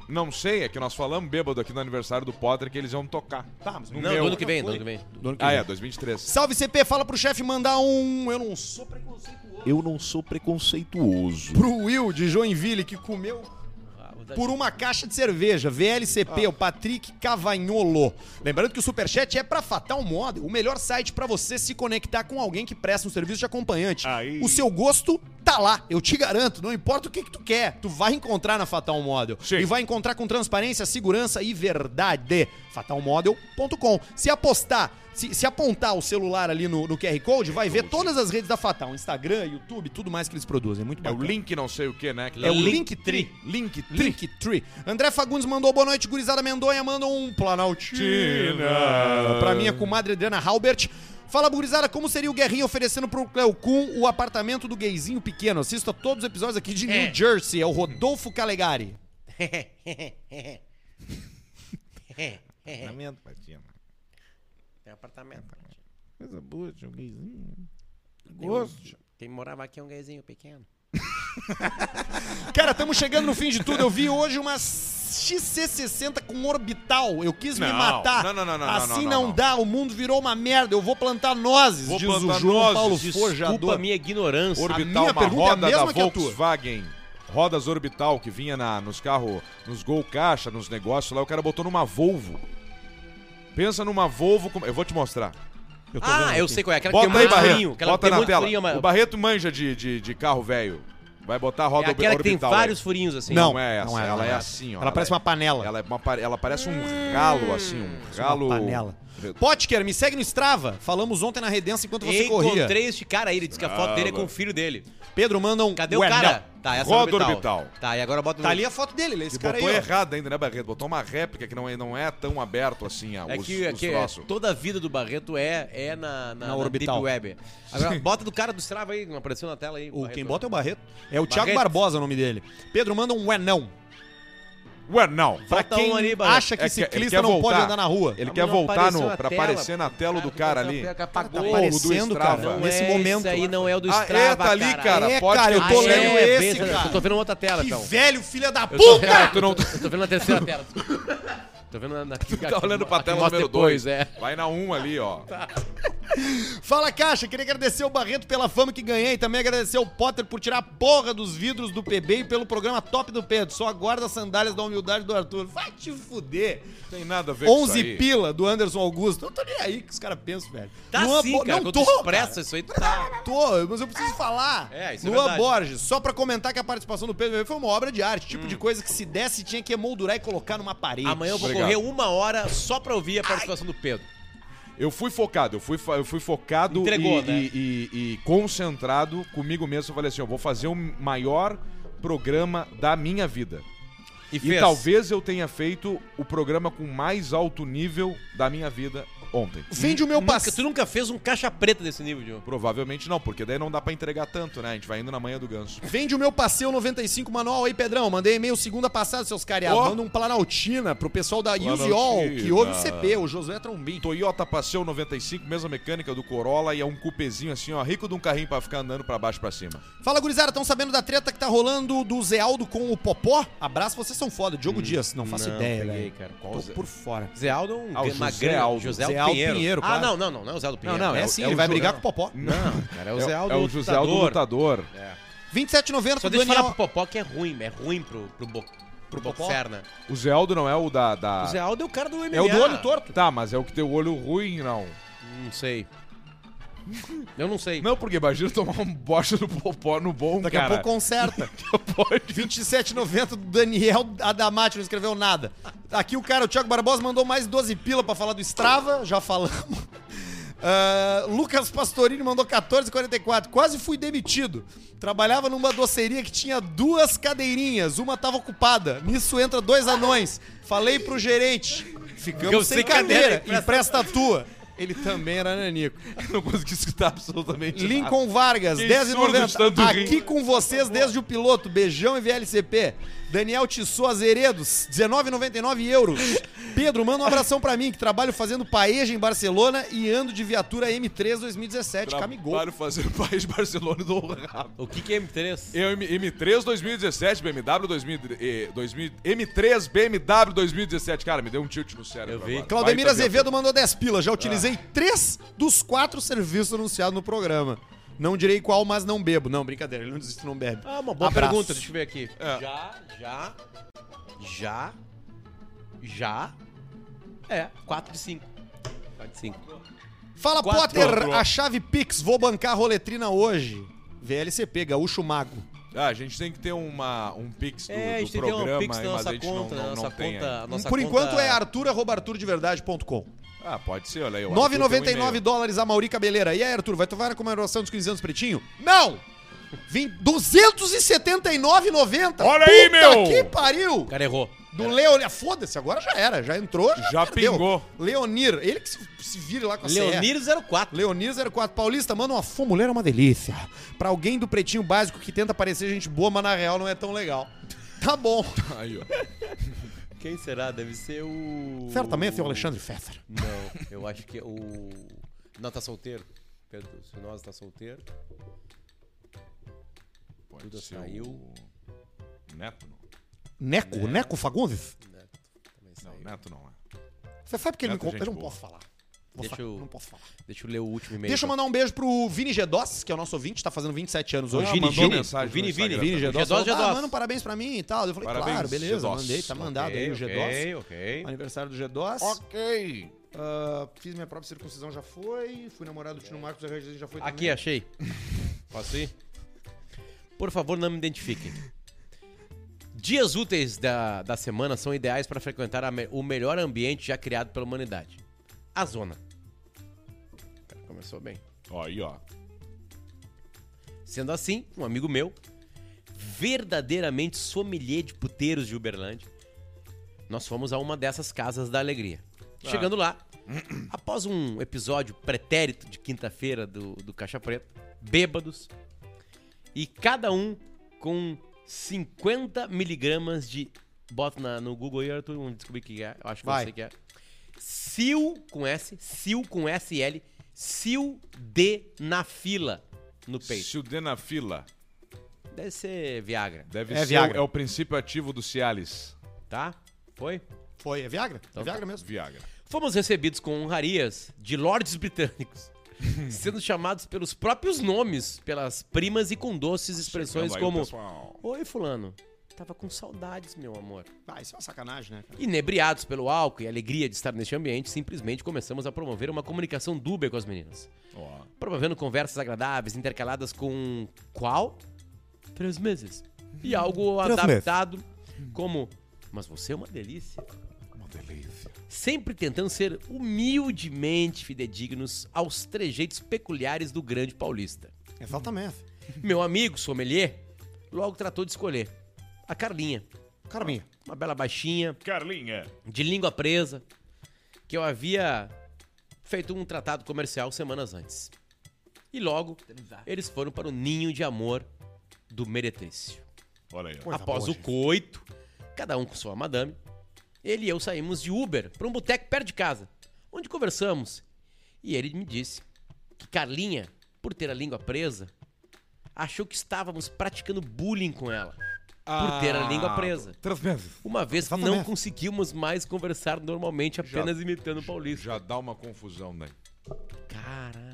Speaker 2: Não sei, é que nós falamos bêbado aqui no aniversário do Potter que eles vão tocar.
Speaker 1: Tá, mas no
Speaker 3: Não,
Speaker 1: meu.
Speaker 3: do ano que vem, do ano que vem.
Speaker 1: Do ano que
Speaker 2: Ah,
Speaker 1: vem.
Speaker 2: é, 2023.
Speaker 1: Salve CP, fala pro chefe mandar um. Eu não sou preconceituoso.
Speaker 4: Eu não sou preconceituoso.
Speaker 1: Pro Will de Joinville, que comeu
Speaker 3: Ah,
Speaker 1: por uma caixa de cerveja. VLCP,
Speaker 2: Ah.
Speaker 1: o Patrick Cavagnolo. Lembrando que o Superchat é pra Fatal Model, o melhor site pra você se conectar com alguém que presta um serviço de acompanhante.
Speaker 2: Aí.
Speaker 1: O seu gosto tá lá, eu te garanto. Não importa o que, que tu quer, tu vai encontrar na Fatal Model.
Speaker 2: Sim.
Speaker 1: E vai encontrar com transparência, segurança e verdade. Fatalmodel.com. Se apostar, se, se apontar o celular ali no, no QR
Speaker 2: É
Speaker 1: Code, vai ver todas as redes da Fatal. Instagram, YouTube, tudo mais que eles produzem. Muito
Speaker 2: É o
Speaker 1: bacana.
Speaker 2: link não sei o que, né? que-
Speaker 1: É o Linktree. Linktree. Linktree. André Fagundes mandou boa noite, gurizada Mendonha. Manda um Planaltina. Pra minha comadre Adriana Halbert. Fala, gurizada, como seria o Guerrinha oferecendo pro Cleocum o apartamento do gayzinho pequeno? Assista todos os episódios aqui de New Jersey. É o Rodolfo Calegari. É.
Speaker 4: Lamento, Patinha.
Speaker 3: Tem apartamento.
Speaker 4: Coisa boa, tinha um gayzinho.
Speaker 3: um- Quem morava aqui é um gayzinho pequeno.
Speaker 1: Cara, estamos chegando no fim de tudo. Eu vi hoje uma XC60 com orbital. Eu quis me
Speaker 2: Não,
Speaker 1: matar.
Speaker 2: não, não, não, não,
Speaker 1: assim
Speaker 2: não, não,
Speaker 1: não,
Speaker 2: não.
Speaker 1: dá. O mundo virou uma merda. Eu vou plantar nozes,
Speaker 2: Vou
Speaker 1: diz o
Speaker 2: plantar
Speaker 1: João
Speaker 2: nozes,
Speaker 1: Paulo
Speaker 2: desculpa
Speaker 1: Forjador.
Speaker 3: minha ignorância.
Speaker 2: Orbital,
Speaker 1: minha
Speaker 2: uma
Speaker 1: pergunta é a
Speaker 2: roda da
Speaker 1: mesma que a tua.
Speaker 2: Volkswagen. Rodas Orbital que vinha na, nos carros, nos Gol Caixa, nos negócios lá, o cara botou numa Volvo. Pensa numa Volvo. com- Eu vou te mostrar.
Speaker 3: ah, eu sei qual é. Aquela que tem
Speaker 2: Bota aí,
Speaker 1: um
Speaker 3: muito furinho.
Speaker 2: Barreto.
Speaker 3: Aquela que
Speaker 2: Bota
Speaker 3: tem
Speaker 2: na
Speaker 3: muito
Speaker 2: tela.
Speaker 3: furinho, mas...
Speaker 2: O Barreto manja de, de, de carro velho. Vai botar a roda
Speaker 3: É
Speaker 2: orbi-
Speaker 3: aquela que tem
Speaker 2: orbital
Speaker 3: vários
Speaker 2: aí.
Speaker 3: furinhos assim.
Speaker 1: Não,
Speaker 2: Não é essa,
Speaker 1: não é,
Speaker 2: ela
Speaker 1: não
Speaker 2: é,
Speaker 1: é.
Speaker 2: assim, ó.
Speaker 1: Ela parece
Speaker 2: é-
Speaker 1: uma panela. Hum,
Speaker 2: Ela, é uma pa- ela parece um ralo, assim, um ralo.
Speaker 1: Uma panela.
Speaker 2: Re-
Speaker 1: Potker, me segue no Strava. Falamos ontem na Redença enquanto você corria.
Speaker 3: Encontrei este cara aí, ele disse que a foto dele é com o filho dele.
Speaker 1: Pedro manda um.
Speaker 3: Cadê o
Speaker 1: Ué,
Speaker 3: cara?
Speaker 1: não.
Speaker 3: Tá, essa é a
Speaker 2: Roda
Speaker 3: orbital.
Speaker 2: orbital.
Speaker 3: Tá, e agora bota o-
Speaker 1: Tá ali a foto dele, ele é esse
Speaker 2: E
Speaker 1: cara aí.
Speaker 2: botou
Speaker 1: ó.
Speaker 2: errado ainda, né, Barreto? Botou uma réplica que não é, não é tão aberto assim, ó,
Speaker 3: É
Speaker 2: os,
Speaker 3: que, é
Speaker 2: os
Speaker 3: que
Speaker 2: troços.
Speaker 3: toda a vida do Barreto é, é na, na,
Speaker 1: Na orbital.
Speaker 3: Deep Web.
Speaker 1: [laughs]
Speaker 3: Agora, bota do cara do Strava aí, não apareceu na tela aí.
Speaker 1: O,
Speaker 3: Barreto.
Speaker 1: quem bota é o Barreto. É o Thiago
Speaker 3: Barreto.
Speaker 1: Barbosa o nome dele. Pedro manda um ué não.
Speaker 2: Ué, não.
Speaker 1: Pra
Speaker 3: Bota
Speaker 1: quem
Speaker 3: um ali, Barreto.
Speaker 1: acha que
Speaker 2: É que- ele
Speaker 1: ciclista
Speaker 2: quer
Speaker 1: não pode
Speaker 2: voltar.
Speaker 1: andar na rua.
Speaker 2: Ele
Speaker 3: Ah,
Speaker 2: quer
Speaker 3: mas não
Speaker 2: voltar
Speaker 3: apareceu
Speaker 2: no,
Speaker 3: na
Speaker 2: pra
Speaker 3: tela.
Speaker 2: aparecer na tela do cara ali. Tá
Speaker 3: Apagou.
Speaker 2: aparecendo,
Speaker 1: aparecendo,
Speaker 2: Strava.
Speaker 1: cara,
Speaker 2: Não
Speaker 1: nesse
Speaker 3: é
Speaker 1: momento.
Speaker 3: Esse aí não é o do
Speaker 2: Ah,
Speaker 3: Strava,
Speaker 2: é, tá ali, cara.
Speaker 1: É,
Speaker 2: Pode
Speaker 1: cara,
Speaker 2: que
Speaker 1: eu
Speaker 2: eu
Speaker 3: Ah,
Speaker 2: tô
Speaker 1: tô
Speaker 3: é,
Speaker 2: lendo.
Speaker 1: lendo
Speaker 3: é,
Speaker 1: esse,
Speaker 3: bem,
Speaker 1: cara.
Speaker 3: Eu tô vendo outra tela,
Speaker 1: Que
Speaker 3: então. [laughs]
Speaker 1: velho, filha da
Speaker 3: Eu tô-
Speaker 1: puta!
Speaker 3: [laughs]
Speaker 2: tu não-
Speaker 3: Eu tô vendo na terceira tela. Tô vendo na... na tu
Speaker 2: Tá olhando pra tela número 2.
Speaker 3: é.
Speaker 2: Vai na 1 um ali, ó.
Speaker 3: Tá.
Speaker 1: [laughs] Fala, Caixa. Queria agradecer o Barreto pela fama que ganhei. Também agradecer o Potter por tirar a porra dos vidros do PB e pelo programa top do Pedro. Só aguarda as sandálias da humildade do Arthur. Vai te fuder.
Speaker 2: Tem nada a ver com isso
Speaker 1: 11
Speaker 2: aí.
Speaker 1: pila do Anderson Augusto. Eu Não tô nem aí que os caras pensam, velho.
Speaker 3: Tá
Speaker 1: Luan
Speaker 3: sim,
Speaker 1: Bo-
Speaker 3: cara.
Speaker 1: Não
Speaker 3: Quando
Speaker 1: tô,
Speaker 3: tu
Speaker 1: cara.
Speaker 3: expressa isso aí, tu tá...
Speaker 1: Tô, mas eu preciso falar.
Speaker 3: É, isso é
Speaker 1: Luan
Speaker 3: verdade.
Speaker 1: Borges, só pra comentar que a participação do Pedro foi uma obra de arte. Tipo de coisa que se desse tinha que emoldurar e colocar numa parede.
Speaker 3: Amanhã eu vou
Speaker 2: Obrigado.
Speaker 3: correr uma hora só pra ouvir a participação do Pedro.
Speaker 2: Eu fui focado, eu fui, fo- eu fui focado
Speaker 3: Entregou,
Speaker 2: e,
Speaker 3: né?
Speaker 2: e- e- e concentrado comigo mesmo. Eu falei assim, eu vou fazer o maior programa da minha vida.
Speaker 3: E
Speaker 2: E
Speaker 3: fez.
Speaker 2: talvez eu tenha feito o programa com mais alto nível da minha vida ontem.
Speaker 1: Vende o meu
Speaker 3: Nunca, tu
Speaker 1: passado.
Speaker 3: nunca fez um caixa preta desse nível, Diogo.
Speaker 2: Provavelmente não, porque daí não dá pra entregar tanto, né? A gente vai indo na manhã do ganso.
Speaker 1: Vende o meu passeio 95 manual aí, Pedrão. Mandei e-mail segunda passada, seus cariados.
Speaker 2: Ó.
Speaker 1: Manda um Planaltina pro pessoal da UVOL,
Speaker 2: Planaltina.
Speaker 1: que ouve o CP, o Josué Trombin.
Speaker 2: Toyota Passeio 95, mesma mecânica do Corolla e é um cupezinho assim, ó, rico de um carrinho pra ficar andando pra baixo e pra cima.
Speaker 1: Fala, gurizada, estão sabendo da treta que tá rolando do Zé Aldo com o Popó? Abraço, vocês são foda. Diogo Dias, não faço
Speaker 3: não
Speaker 1: ideia,
Speaker 3: peguei,
Speaker 1: velho.
Speaker 3: cara.
Speaker 1: Tô por fora.
Speaker 3: É, né? Zé Aldo é um
Speaker 2: Ah, o
Speaker 3: gran- uma
Speaker 2: José
Speaker 3: grande-
Speaker 2: Aldo.
Speaker 3: José Aldo
Speaker 1: Zé Aldo Pinheiro,
Speaker 3: Ah,
Speaker 1: claro.
Speaker 3: não, não, não, não é o Zé Aldo Pinheiro.
Speaker 1: é,
Speaker 2: é o-
Speaker 1: sim,
Speaker 2: é
Speaker 1: ele
Speaker 2: o
Speaker 1: vai
Speaker 2: Ju-
Speaker 1: brigar
Speaker 2: não.
Speaker 1: com o Popó.
Speaker 3: Não, cara, é o
Speaker 2: É-
Speaker 3: Zé Aldo
Speaker 2: é o José Aldo
Speaker 3: lutador.
Speaker 2: Lutador.
Speaker 1: R$27,90
Speaker 3: Só
Speaker 1: do
Speaker 3: deixa eu
Speaker 1: Daniel...
Speaker 3: falar pro Popó que é ruim, é ruim pro, pro, bo, pro
Speaker 1: Popó?
Speaker 3: Boxerna.
Speaker 2: O Zé Aldo não é o da. da-
Speaker 3: O Zé Aldo é o cara do MMA.
Speaker 2: É o do olho torto. Tá, mas é o que tem o olho ruim, não.
Speaker 3: Não [laughs] sei. Eu não sei.
Speaker 2: Não, porque imagina tomar um bosta do popó no bom,
Speaker 1: Daqui
Speaker 2: cara.
Speaker 1: a pouco
Speaker 7: [laughs]
Speaker 1: conserta.
Speaker 2: pode.
Speaker 1: 27,90 do Daniel Adamati, não escreveu nada. Aqui o cara, o Thiago Barbosa, mandou mais 12 pila pra falar do Strava, já falamos.
Speaker 7: Ah, Lucas Pastorini mandou 14,44. Quase fui demitido. Trabalhava numa doceria que tinha duas cadeirinhas. Uma tava ocupada. Nisso entra dois anões. Falei pro gerente. Ficamos
Speaker 3: Eu
Speaker 7: sem
Speaker 3: sei
Speaker 7: cadeira.
Speaker 3: cadeira,
Speaker 7: Empresta a tua. né?" Ele também era nanico.
Speaker 4: Não consegui escutar absolutamente nada.
Speaker 7: Lincoln Vargas,
Speaker 4: Que
Speaker 7: 10 e
Speaker 4: surdo de
Speaker 7: 90.
Speaker 4: tanto rir.
Speaker 7: Aqui com vocês desde o piloto. Beijão e VLCP. Daniel Tissot Azeredos,
Speaker 4: [laughs]
Speaker 7: 19,99 euros. Pedro, manda um abração pra mim, que trabalho fazendo paeja em Barcelona e ando de viatura M3 2017. Camigol.
Speaker 2: Trabalho fazendo país Barcelona do Rabo.
Speaker 3: O que, que é M3?
Speaker 2: Eu, M- M3 2017, BMW 2000, eh, 2000, M3 BMW 2017. Cara, me deu um tilt no cérebro.
Speaker 3: Eu vi.
Speaker 2: agora.
Speaker 7: Claudemir
Speaker 2: Baita
Speaker 7: Azevedo mandou 10 pilas. Já utilizei
Speaker 4: Ah.
Speaker 7: três dos quatro serviços anunciados no programa. Não direi qual, mas não bebo. Não, brincadeira, ele não diz que não bebe.
Speaker 3: Ah, uma boa
Speaker 7: Abraço.
Speaker 3: pergunta, deixa eu ver aqui.
Speaker 2: É.
Speaker 3: Já, já, já, já. É, 4 de 5. 4 de 5.
Speaker 7: Fala,
Speaker 3: Quatro.
Speaker 7: Potter, a chave Pix, vou bancar a roletrina hoje. VLCP, gaúcho mago.
Speaker 2: Ah, a gente tem que ter uma, um pix do,
Speaker 3: É, a
Speaker 2: do
Speaker 3: gente tem que ter
Speaker 2: programa,
Speaker 3: um pix na
Speaker 2: mas a
Speaker 3: nossa
Speaker 2: gente
Speaker 3: conta,
Speaker 2: não,
Speaker 3: na
Speaker 2: não,
Speaker 3: nossa
Speaker 2: não tem. ainda.
Speaker 3: conta. a nossa
Speaker 7: Por
Speaker 3: conta- tá
Speaker 7: enquanto é Arthur, arroba arturdeverdade.com.
Speaker 2: Ah, pode ser, olha aí. o Arthur tem um
Speaker 7: 9,99
Speaker 2: e-mail.
Speaker 7: dólares a Mauri Cabeleira. E aí, Arthur, vai tomar a comemoração dos 15 anos pretinho? Não! Vim 279,90.
Speaker 2: Olha aí, meu!
Speaker 7: que pariu!
Speaker 3: O cara errou.
Speaker 7: Do Leonir. Foda-se, agora já era. Já entrou, já
Speaker 2: Já
Speaker 7: perdeu. [laughs]
Speaker 2: pingou.
Speaker 7: Leonir. Ele que se, se vire lá com a CE.
Speaker 3: Leonir 04.
Speaker 7: Leonir 04 Paulista manda uma fã, mulher é uma delícia. Pra alguém do pretinho básico que tenta parecer gente boa, mas na real não é tão legal. Tá bom.
Speaker 2: Aí, ó.
Speaker 3: Quem será? Deve ser o.
Speaker 7: Certamente é o Alexandre Pfeffer.
Speaker 3: Não, eu acho que é o. Não, tá solteiro. Pedro Sunosa tá solteiro.
Speaker 2: Pode
Speaker 3: Duda
Speaker 2: ser
Speaker 3: saiu.
Speaker 2: o Neto não.
Speaker 7: Neco, Neco Fagundes?
Speaker 3: Também
Speaker 2: Não,
Speaker 3: saiu.
Speaker 2: Neto não é.
Speaker 7: Você sabe que ele
Speaker 2: Neto
Speaker 7: me
Speaker 2: é
Speaker 7: contou.
Speaker 2: gente
Speaker 7: Eu não
Speaker 2: boa.
Speaker 7: posso falar. Vou
Speaker 3: Deixa
Speaker 7: fa-
Speaker 3: eu-
Speaker 7: Não posso falar.
Speaker 3: Deixa eu ler o último e-mail.
Speaker 7: Deixa eu mandar um beijo pro Vini Gedós, que é o nosso ouvinte, tá fazendo 27 anos hoje.
Speaker 2: Ah,
Speaker 3: Vini,
Speaker 2: mandou
Speaker 3: Vini,
Speaker 2: mensagem
Speaker 3: o Vini,
Speaker 2: no Instagram
Speaker 3: Vini, Vini,
Speaker 2: também.
Speaker 3: Gedós,
Speaker 7: ah,
Speaker 3: Gedós.
Speaker 7: mano, parabéns pra mim e tal. Eu falei,
Speaker 2: Parabéns,
Speaker 7: claro, beleza,
Speaker 2: Gedós.
Speaker 7: mandei, tá mandado aí o Gedós.
Speaker 3: Ok, ok.
Speaker 7: Aniversário do Gedós.
Speaker 2: Ok.
Speaker 7: Ah, fiz minha própria circuncisão, já foi. Fui namorado do Tino Marcos, a Regina já foi
Speaker 3: Aqui, achei. Posso ir? Por favor, não me identifiquem. Dias úteis da, da semana são ideais para frequentar a me- o melhor ambiente já criado pela humanidade. A zona. Começou bem.
Speaker 2: Ó, aí, ó.
Speaker 3: Sendo assim, um amigo meu, verdadeiramente sommelier de puteiros de Uberlândia, nós fomos a uma dessas casas da alegria. Chegando lá, [clears throat] após um episódio pretérito de quinta-feira do, do Caixa Preta, bêbados, e cada um com 50 miligramas de... Bota na- no Google aí, Arthur, vamos descobrir o que é. Eu acho que eu
Speaker 7: Vai.
Speaker 3: sei o que é. Sil com S, Sil com SL, Sil D na fila no peito.
Speaker 2: Se o D na fila
Speaker 3: Deve ser Viagra,
Speaker 2: deve
Speaker 7: É
Speaker 2: ser
Speaker 7: Viagra.
Speaker 2: o- é o princípio ativo do Cialis.
Speaker 3: tá? Foi?
Speaker 7: Foi, é Viagra? é
Speaker 3: Então
Speaker 7: Viagra mesmo.
Speaker 2: Viagra.
Speaker 3: Fomos recebidos com honrarias de lordes
Speaker 7: [laughs]
Speaker 3: britânicos, sendo chamados pelos próprios nomes, pelas primas e com doces expressões
Speaker 2: Chegando aí o
Speaker 3: como:
Speaker 2: pessoal.
Speaker 3: Oi, Fulano, tava com saudades, meu amor.
Speaker 7: Ah, isso é uma sacanagem, né? cara?
Speaker 3: Inebriados pelo álcool e alegria de estar neste ambiente, simplesmente começamos a promover uma comunicação dúbia com as meninas.
Speaker 2: Ó.
Speaker 3: promovendo conversas agradáveis intercaladas com qual? Três meses. E algo adaptado como mas você é uma delícia. Uma delícia. Sempre tentando ser humildemente fidedignos aos trejeitos peculiares do grande paulista.
Speaker 7: Exatamente.
Speaker 3: Meu amigo sommelier logo tratou de escolher a Carlinha,
Speaker 7: Carminha.
Speaker 3: uma bela baixinha,
Speaker 2: Carlinha.
Speaker 3: de língua presa, que eu havia feito um tratado comercial semanas antes. E logo, eles foram para o ninho de amor do meretrício.
Speaker 2: Olha aí, ó.
Speaker 7: Coisa
Speaker 3: Após
Speaker 7: boa,
Speaker 3: o
Speaker 7: gente.
Speaker 3: coito, cada um com sua madame, ele e eu saímos de Uber para um boteco perto de casa, onde conversamos. E ele me disse que Carlinha, por ter a língua presa, achou que estávamos praticando bullying com ela, por ter a língua presa.
Speaker 2: Três meses.
Speaker 3: Uma vez que
Speaker 7: Ah, Exatamente.
Speaker 3: não conseguimos mais conversar normalmente, apenas imitando o Paulista.
Speaker 2: Já dá uma confusão, né?
Speaker 3: Caralho.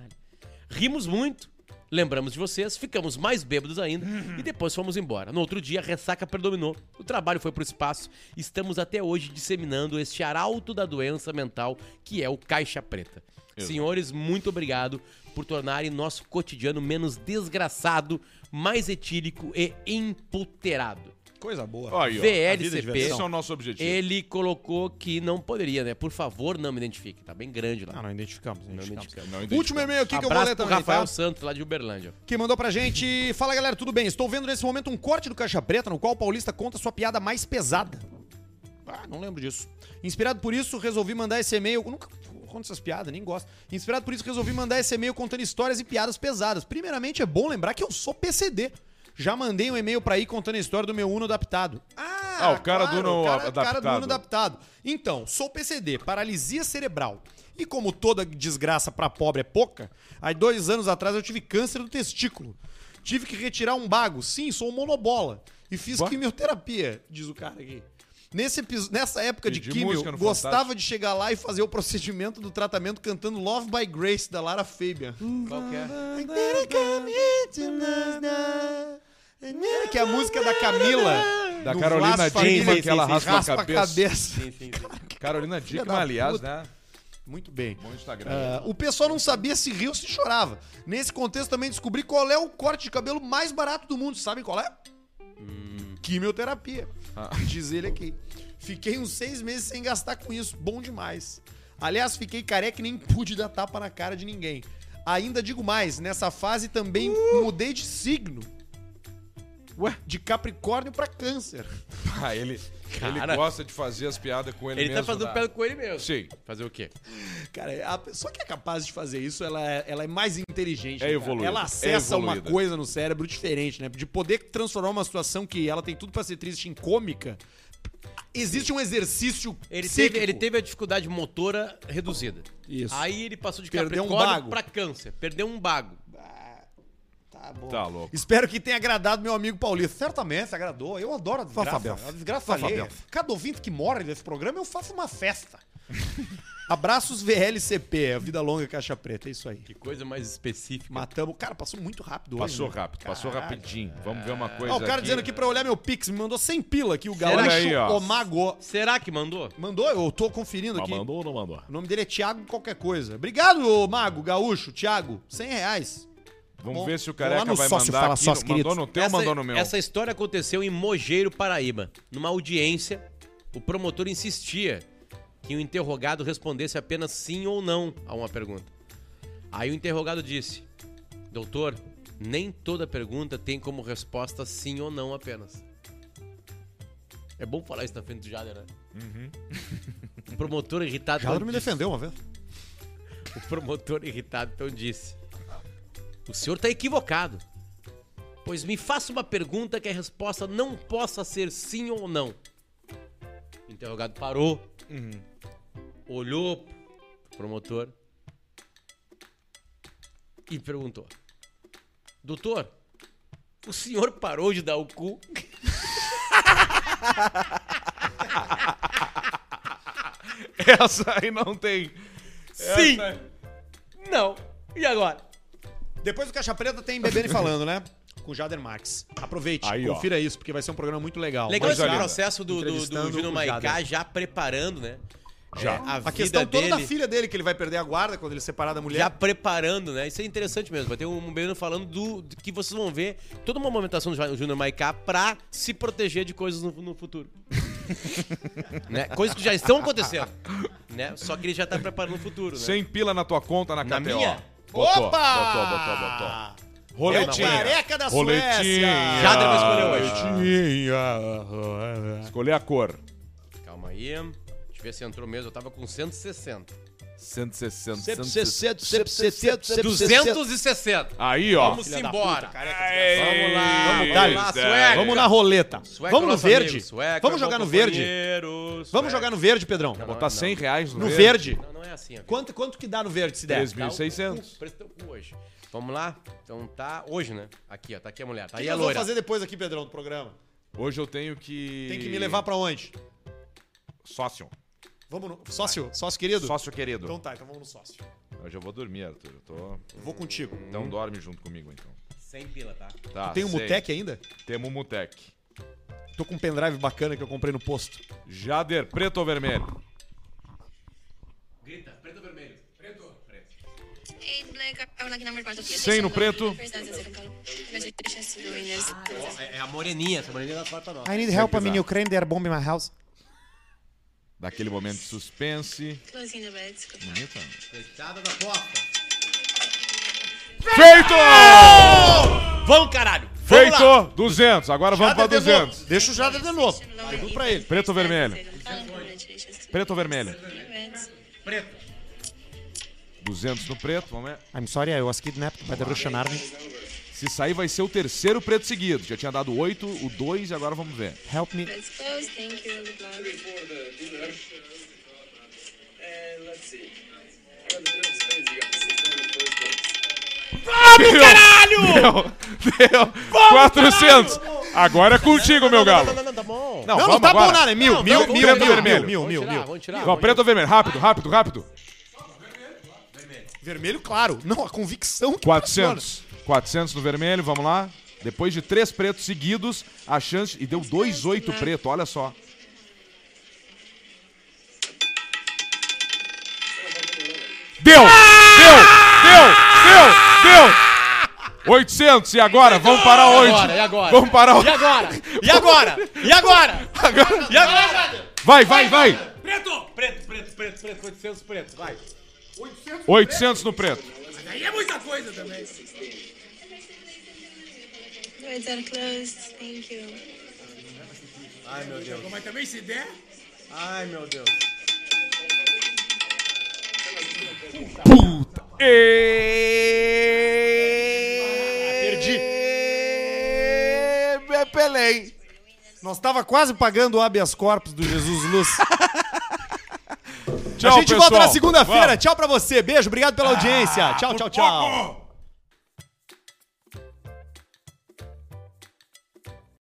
Speaker 3: Rimos muito, lembramos de vocês, ficamos mais bêbados ainda
Speaker 1: Uhum.
Speaker 3: e depois fomos embora. No outro dia, a ressaca predominou, o trabalho foi pro espaço. Estamos até hoje disseminando este arauto da doença mental que é o Caixa Preta. Senhores, muito obrigado por tornarem nosso cotidiano menos desgraçado, mais etílico e empoterado.
Speaker 1: coisa boa.
Speaker 2: Olha aí, ó.
Speaker 3: VLCP.
Speaker 2: Esse é o nosso objetivo.
Speaker 3: Ele colocou que não poderia, né? Por favor, não me identifique. Tá bem grande lá.
Speaker 1: Ah, não identificamos. Não
Speaker 3: identificamos.
Speaker 2: Não entendi.
Speaker 1: Último e-mail aqui que eu vou
Speaker 3: Abraço
Speaker 1: ler
Speaker 3: pro
Speaker 1: também,
Speaker 3: Rafael
Speaker 1: tá?
Speaker 3: Santos, lá de Uberlândia.
Speaker 1: que mandou pra gente. Fala galera, tudo bem? Estou vendo nesse momento um corte do Caixa Preta no qual o Paulista conta sua piada mais pesada. Ah, não lembro disso. Inspirado por isso, resolvi mandar esse e-mail. Eu nunca conto essas piadas, nem gosto. Inspirado por isso, resolvi mandar esse e-mail contando histórias e piadas pesadas. Primeiramente, é bom lembrar que eu sou PCD. Já mandei um e-mail pra ir contando a história do meu Uno adaptado.
Speaker 2: Ah, o cara do Uno
Speaker 1: o cara, cara do
Speaker 2: adaptado.
Speaker 1: Uno adaptado. Então, sou PCD, paralisia cerebral. E como toda desgraça pra pobre é pouca, há dois anos atrás eu tive câncer do testículo. Tive que retirar um bago. Sim, sou monobola. E fiz
Speaker 2: Bah.
Speaker 1: quimioterapia, diz o cara aqui. Nesse, episo- nessa época de
Speaker 2: Pedi
Speaker 1: químio,
Speaker 2: música no
Speaker 1: gostava
Speaker 2: Fantástico.
Speaker 1: de chegar lá e fazer o procedimento do tratamento cantando Love by Grace, da Lara Fabian.
Speaker 3: Qual que é?
Speaker 1: Que é a música da Camila.
Speaker 2: Da
Speaker 1: do
Speaker 2: Carolina
Speaker 1: é Vasco
Speaker 2: Dickman,
Speaker 1: Família,
Speaker 2: que ela
Speaker 1: sim,
Speaker 2: raspa a
Speaker 1: raspa
Speaker 2: cabeça.
Speaker 3: Sim, sim, sim.
Speaker 2: Carolina Dickman,
Speaker 1: da
Speaker 2: aliás,
Speaker 1: puta.
Speaker 2: né?
Speaker 1: Muito bem.
Speaker 2: Bom Instagram.
Speaker 1: Ah, o pessoal não sabia se riu ou se chorava. Nesse contexto, também descobri qual é o corte de cabelo mais barato do mundo. Sabem qual é? Quimioterapia. Diz ele aqui. Fiquei uns seis meses sem gastar com isso. Bom demais. Aliás, fiquei careca e nem pude dar tapa na cara de ninguém. Ainda digo mais, nessa fase também mudei de signo. Ué? De Capricórnio pra Câncer.
Speaker 2: Ah, ele, ele
Speaker 3: Cara.
Speaker 2: gosta de fazer as piadas com ele,
Speaker 3: Ele
Speaker 2: mesmo.
Speaker 3: tá fazendo
Speaker 2: né?
Speaker 3: piada com ele mesmo.
Speaker 2: Sim.
Speaker 3: Fazer o quê?
Speaker 1: Cara, a pessoa que é capaz de fazer isso, ela é, ela é mais inteligente.
Speaker 2: É
Speaker 1: né, cara?
Speaker 2: evoluída,
Speaker 1: Ela
Speaker 2: é
Speaker 1: acessa uma
Speaker 2: evoluída.
Speaker 1: coisa no cérebro diferente, né? De poder transformar uma situação que ela tem tudo pra ser triste em cômica. Existe um exercício
Speaker 3: Ele
Speaker 1: psíquico.
Speaker 3: teve, ele teve a dificuldade motora reduzida.
Speaker 1: Isso.
Speaker 3: Aí ele passou de
Speaker 1: Perdeu um
Speaker 3: Capricórnio
Speaker 1: bago.
Speaker 3: pra Câncer. Perdeu um bago.
Speaker 1: Tá bom.
Speaker 2: Tá louco.
Speaker 1: Espero que tenha agradado meu amigo Paulista. Certamente agradou. Eu adoro a desgraça.
Speaker 4: Fafabel.
Speaker 1: A desgraça alheia. Cada ouvinte que morre desse programa, eu faço uma festa. [laughs] Abraços VLCP. A vida longa caixa preta. É isso aí.
Speaker 3: Que coisa mais específica.
Speaker 1: Matamos. Cara, passou muito rápido hoje.
Speaker 2: Passou
Speaker 1: né?
Speaker 2: rápido, passou
Speaker 1: Caralho.
Speaker 2: rapidinho. Vamos ver uma coisa
Speaker 1: Ó, o cara dizendo aqui pra eu olhar meu Pix, me mandou 100 pila aqui, o
Speaker 2: Olha
Speaker 1: Gaúcho
Speaker 2: aí, ó.
Speaker 1: Omago.
Speaker 3: Será que mandou?
Speaker 1: Mandou, eu tô conferindo
Speaker 2: Ah,
Speaker 1: aqui.
Speaker 2: Mandou ou não mandou?
Speaker 1: O nome dele é Thiago qualquer coisa. Obrigado, ô Mago, Gaúcho, Thiago. 100 reais.
Speaker 2: Vamos
Speaker 1: Bom,
Speaker 2: ver se o
Speaker 1: vão lá
Speaker 2: careca
Speaker 1: no
Speaker 2: vai
Speaker 1: sócio,
Speaker 2: mandar
Speaker 1: fala
Speaker 2: aqui.
Speaker 1: sócio,
Speaker 2: mandou
Speaker 1: queridos.
Speaker 2: no teu ou mandou no meu?
Speaker 3: Essa história aconteceu em Mogeiro, Paraíba. Numa audiência, o promotor insistia que o interrogado respondesse apenas sim ou não a uma pergunta. Aí o interrogado disse: Doutor, nem toda pergunta tem como resposta sim ou não apenas. É bom falar isso na frente do Jader, né?
Speaker 2: Uhum.
Speaker 3: o promotor irritado.
Speaker 1: Jairo
Speaker 3: então
Speaker 1: me
Speaker 3: disse-
Speaker 1: defendeu uma vez.
Speaker 3: O promotor irritado então disse: O senhor está equivocado. Pois me faça uma pergunta que a resposta não possa ser sim ou não. O interrogado parou, olhou pro promotor e perguntou: Doutor, o senhor parou de dar o cu?
Speaker 2: [laughs] Essa aí não tem.
Speaker 3: Sim!
Speaker 2: É.
Speaker 3: Não! E agora?
Speaker 1: Depois do Caixa Preta tem Bebendo e Falando, né? Com o Jader Marx. Aproveite,
Speaker 2: Aí, ó.
Speaker 1: confira isso, porque vai ser um programa muito legal.
Speaker 3: Legal
Speaker 1: Mas
Speaker 3: esse
Speaker 2: olha,
Speaker 3: processo do, do, do
Speaker 1: entrevistando
Speaker 3: Júnior
Speaker 1: o
Speaker 3: Maicá
Speaker 1: Jader.
Speaker 3: já preparando, né?
Speaker 2: Já.
Speaker 3: É, a,
Speaker 1: A
Speaker 3: vida
Speaker 1: questão toda
Speaker 3: dele.
Speaker 1: da filha dele, que ele vai perder a guarda quando ele separar da mulher.
Speaker 3: já preparando, né? Isso é interessante mesmo. Vai ter um menino falando do, do que vocês vão ver toda uma movimentação do Ju- Júnior Maiká pra se proteger de coisas no, no futuro. [laughs] né? Coisas que já estão acontecendo. né? Só que ele já tá preparando o futuro, né?
Speaker 2: Sem pila na tua conta na,
Speaker 3: Na
Speaker 2: KTO.
Speaker 3: minha?
Speaker 2: Botou, botou, botou, botou. Roletinha.
Speaker 1: É o careca da
Speaker 2: Roletinha.
Speaker 1: Suécia.
Speaker 3: Jader vai escolher
Speaker 1: Ah.
Speaker 3: hoje.
Speaker 2: Roletinha. Escolher a cor.
Speaker 3: Calma aí. Deixa eu ver se entrou mesmo. Eu tava com 160.
Speaker 2: 160.
Speaker 3: 260.
Speaker 2: Aí, ó.
Speaker 3: Vamos embora.
Speaker 2: Vamos
Speaker 1: Vamos É.
Speaker 3: lá, Suécia.
Speaker 1: Vamos na roleta.
Speaker 3: Sueca,
Speaker 1: Vamos no
Speaker 3: nosso
Speaker 1: verde.
Speaker 3: amigo, sueca,
Speaker 1: Vamos jogar no verde.
Speaker 3: companheiro,
Speaker 1: Vamos
Speaker 3: sueca.
Speaker 1: é. jogar no verde, Pedrão.
Speaker 2: Botar 100 Tá reais
Speaker 1: No verde.
Speaker 3: Não, não é assim. amigo.
Speaker 1: Quanto, quanto que dá no verde se der?
Speaker 2: 3.600.
Speaker 3: Preço teu cu hoje. Vamos lá? Então tá hoje, né? Aqui, ó. Tá aqui a mulher. Tá
Speaker 1: O que
Speaker 3: aí
Speaker 1: que
Speaker 3: a
Speaker 1: nós vamos
Speaker 3: loira.
Speaker 1: fazer depois aqui, Pedrão, do programa?
Speaker 2: Hoje eu tenho que.
Speaker 1: Tem que me levar pra onde?
Speaker 2: Sócio.
Speaker 1: Vamos no... Sócio? Sócio querido?
Speaker 2: Sócio querido.
Speaker 1: Então tá, então vamos no sócio.
Speaker 2: Hoje eu vou dormir, Arthur. Eu tô...
Speaker 1: Eu vou contigo.
Speaker 2: Então dorme junto comigo, então.
Speaker 3: Sem pila, tá?
Speaker 2: Tá,
Speaker 1: Hum. Tem um
Speaker 2: sei.
Speaker 1: Mutec ainda?
Speaker 2: Temos um Mutec.
Speaker 1: Tô com um pendrive bacana que eu comprei no posto.
Speaker 2: Jader, preto ou vermelho?
Speaker 3: Grita, preto ou vermelho? Preto. Preto.
Speaker 2: Sem no preto.
Speaker 3: É a moreninha, essa moreninha da foto não.
Speaker 7: I need help, I'm in Ukraine, they are bombing my house.
Speaker 2: Daquele momento de suspense. Bonita.
Speaker 3: Coitada da foto.
Speaker 2: Feito!
Speaker 1: Vamos, caralho! Vamos lá.
Speaker 2: Feito! 200. Agora vamos pra
Speaker 1: Jader de novo.
Speaker 2: 200.
Speaker 1: Deixa o Jader de novo. Pergunta pra ele.
Speaker 2: Preto ou vermelho? Preto ou vermelho? 200 no preto, vamos ver.
Speaker 7: I'm sorry, I was kidnapped by the Russian army.
Speaker 2: Se sair, vai ser o terceiro preto seguido. Já tinha dado 8, o 2 e agora vamos ver.
Speaker 7: Help me.
Speaker 2: Deu 400. Agora é contigo, meu galo.
Speaker 3: Não, não, não, tá bom.
Speaker 1: Não, não
Speaker 2: vamos
Speaker 1: tá
Speaker 2: agora.
Speaker 1: bom nada. É mil, mil,
Speaker 2: vamos
Speaker 1: mil,
Speaker 2: preto
Speaker 1: mil,
Speaker 2: ou vermelho?
Speaker 1: mil, mil, mil.
Speaker 3: Vamos tirar,
Speaker 2: Não,
Speaker 3: vamos tirar.
Speaker 2: preto ou vermelho? Rápido, rápido, rápido.
Speaker 1: Vermelho, claro. Não, a convicção que
Speaker 2: 400. 400 no vermelho, vamos lá. Depois de três pretos seguidos, a chance. E deu 2, 8 preto, olha só. Deu! Deu! Deu! Deu! Deu! 800 e agora? Vamos parar onde?
Speaker 3: agora? E agora?
Speaker 2: Vamos parar onde?
Speaker 3: E agora?
Speaker 1: E agora? E agora? E agora?
Speaker 2: Vai, vai, vai!
Speaker 3: Preto! Preto, preto, preto, preto, 800 preto, vai.
Speaker 2: 800 no preto.
Speaker 3: Aí é muita coisa também. Ai, meu Deus. Mas também se der... Ai, meu Deus.
Speaker 1: Perdi.
Speaker 4: É Pelé, hein?
Speaker 1: Nós tava quase pagando o habeas corpus do Jesus [laughs] Luz.
Speaker 2: Tchau,
Speaker 1: a gente volta
Speaker 2: pessoal.
Speaker 1: Ah, na segunda-feira. Tchau pra você. Beijo, obrigado pela audiência. Tchau, tchau, tchau.
Speaker 2: Vamos.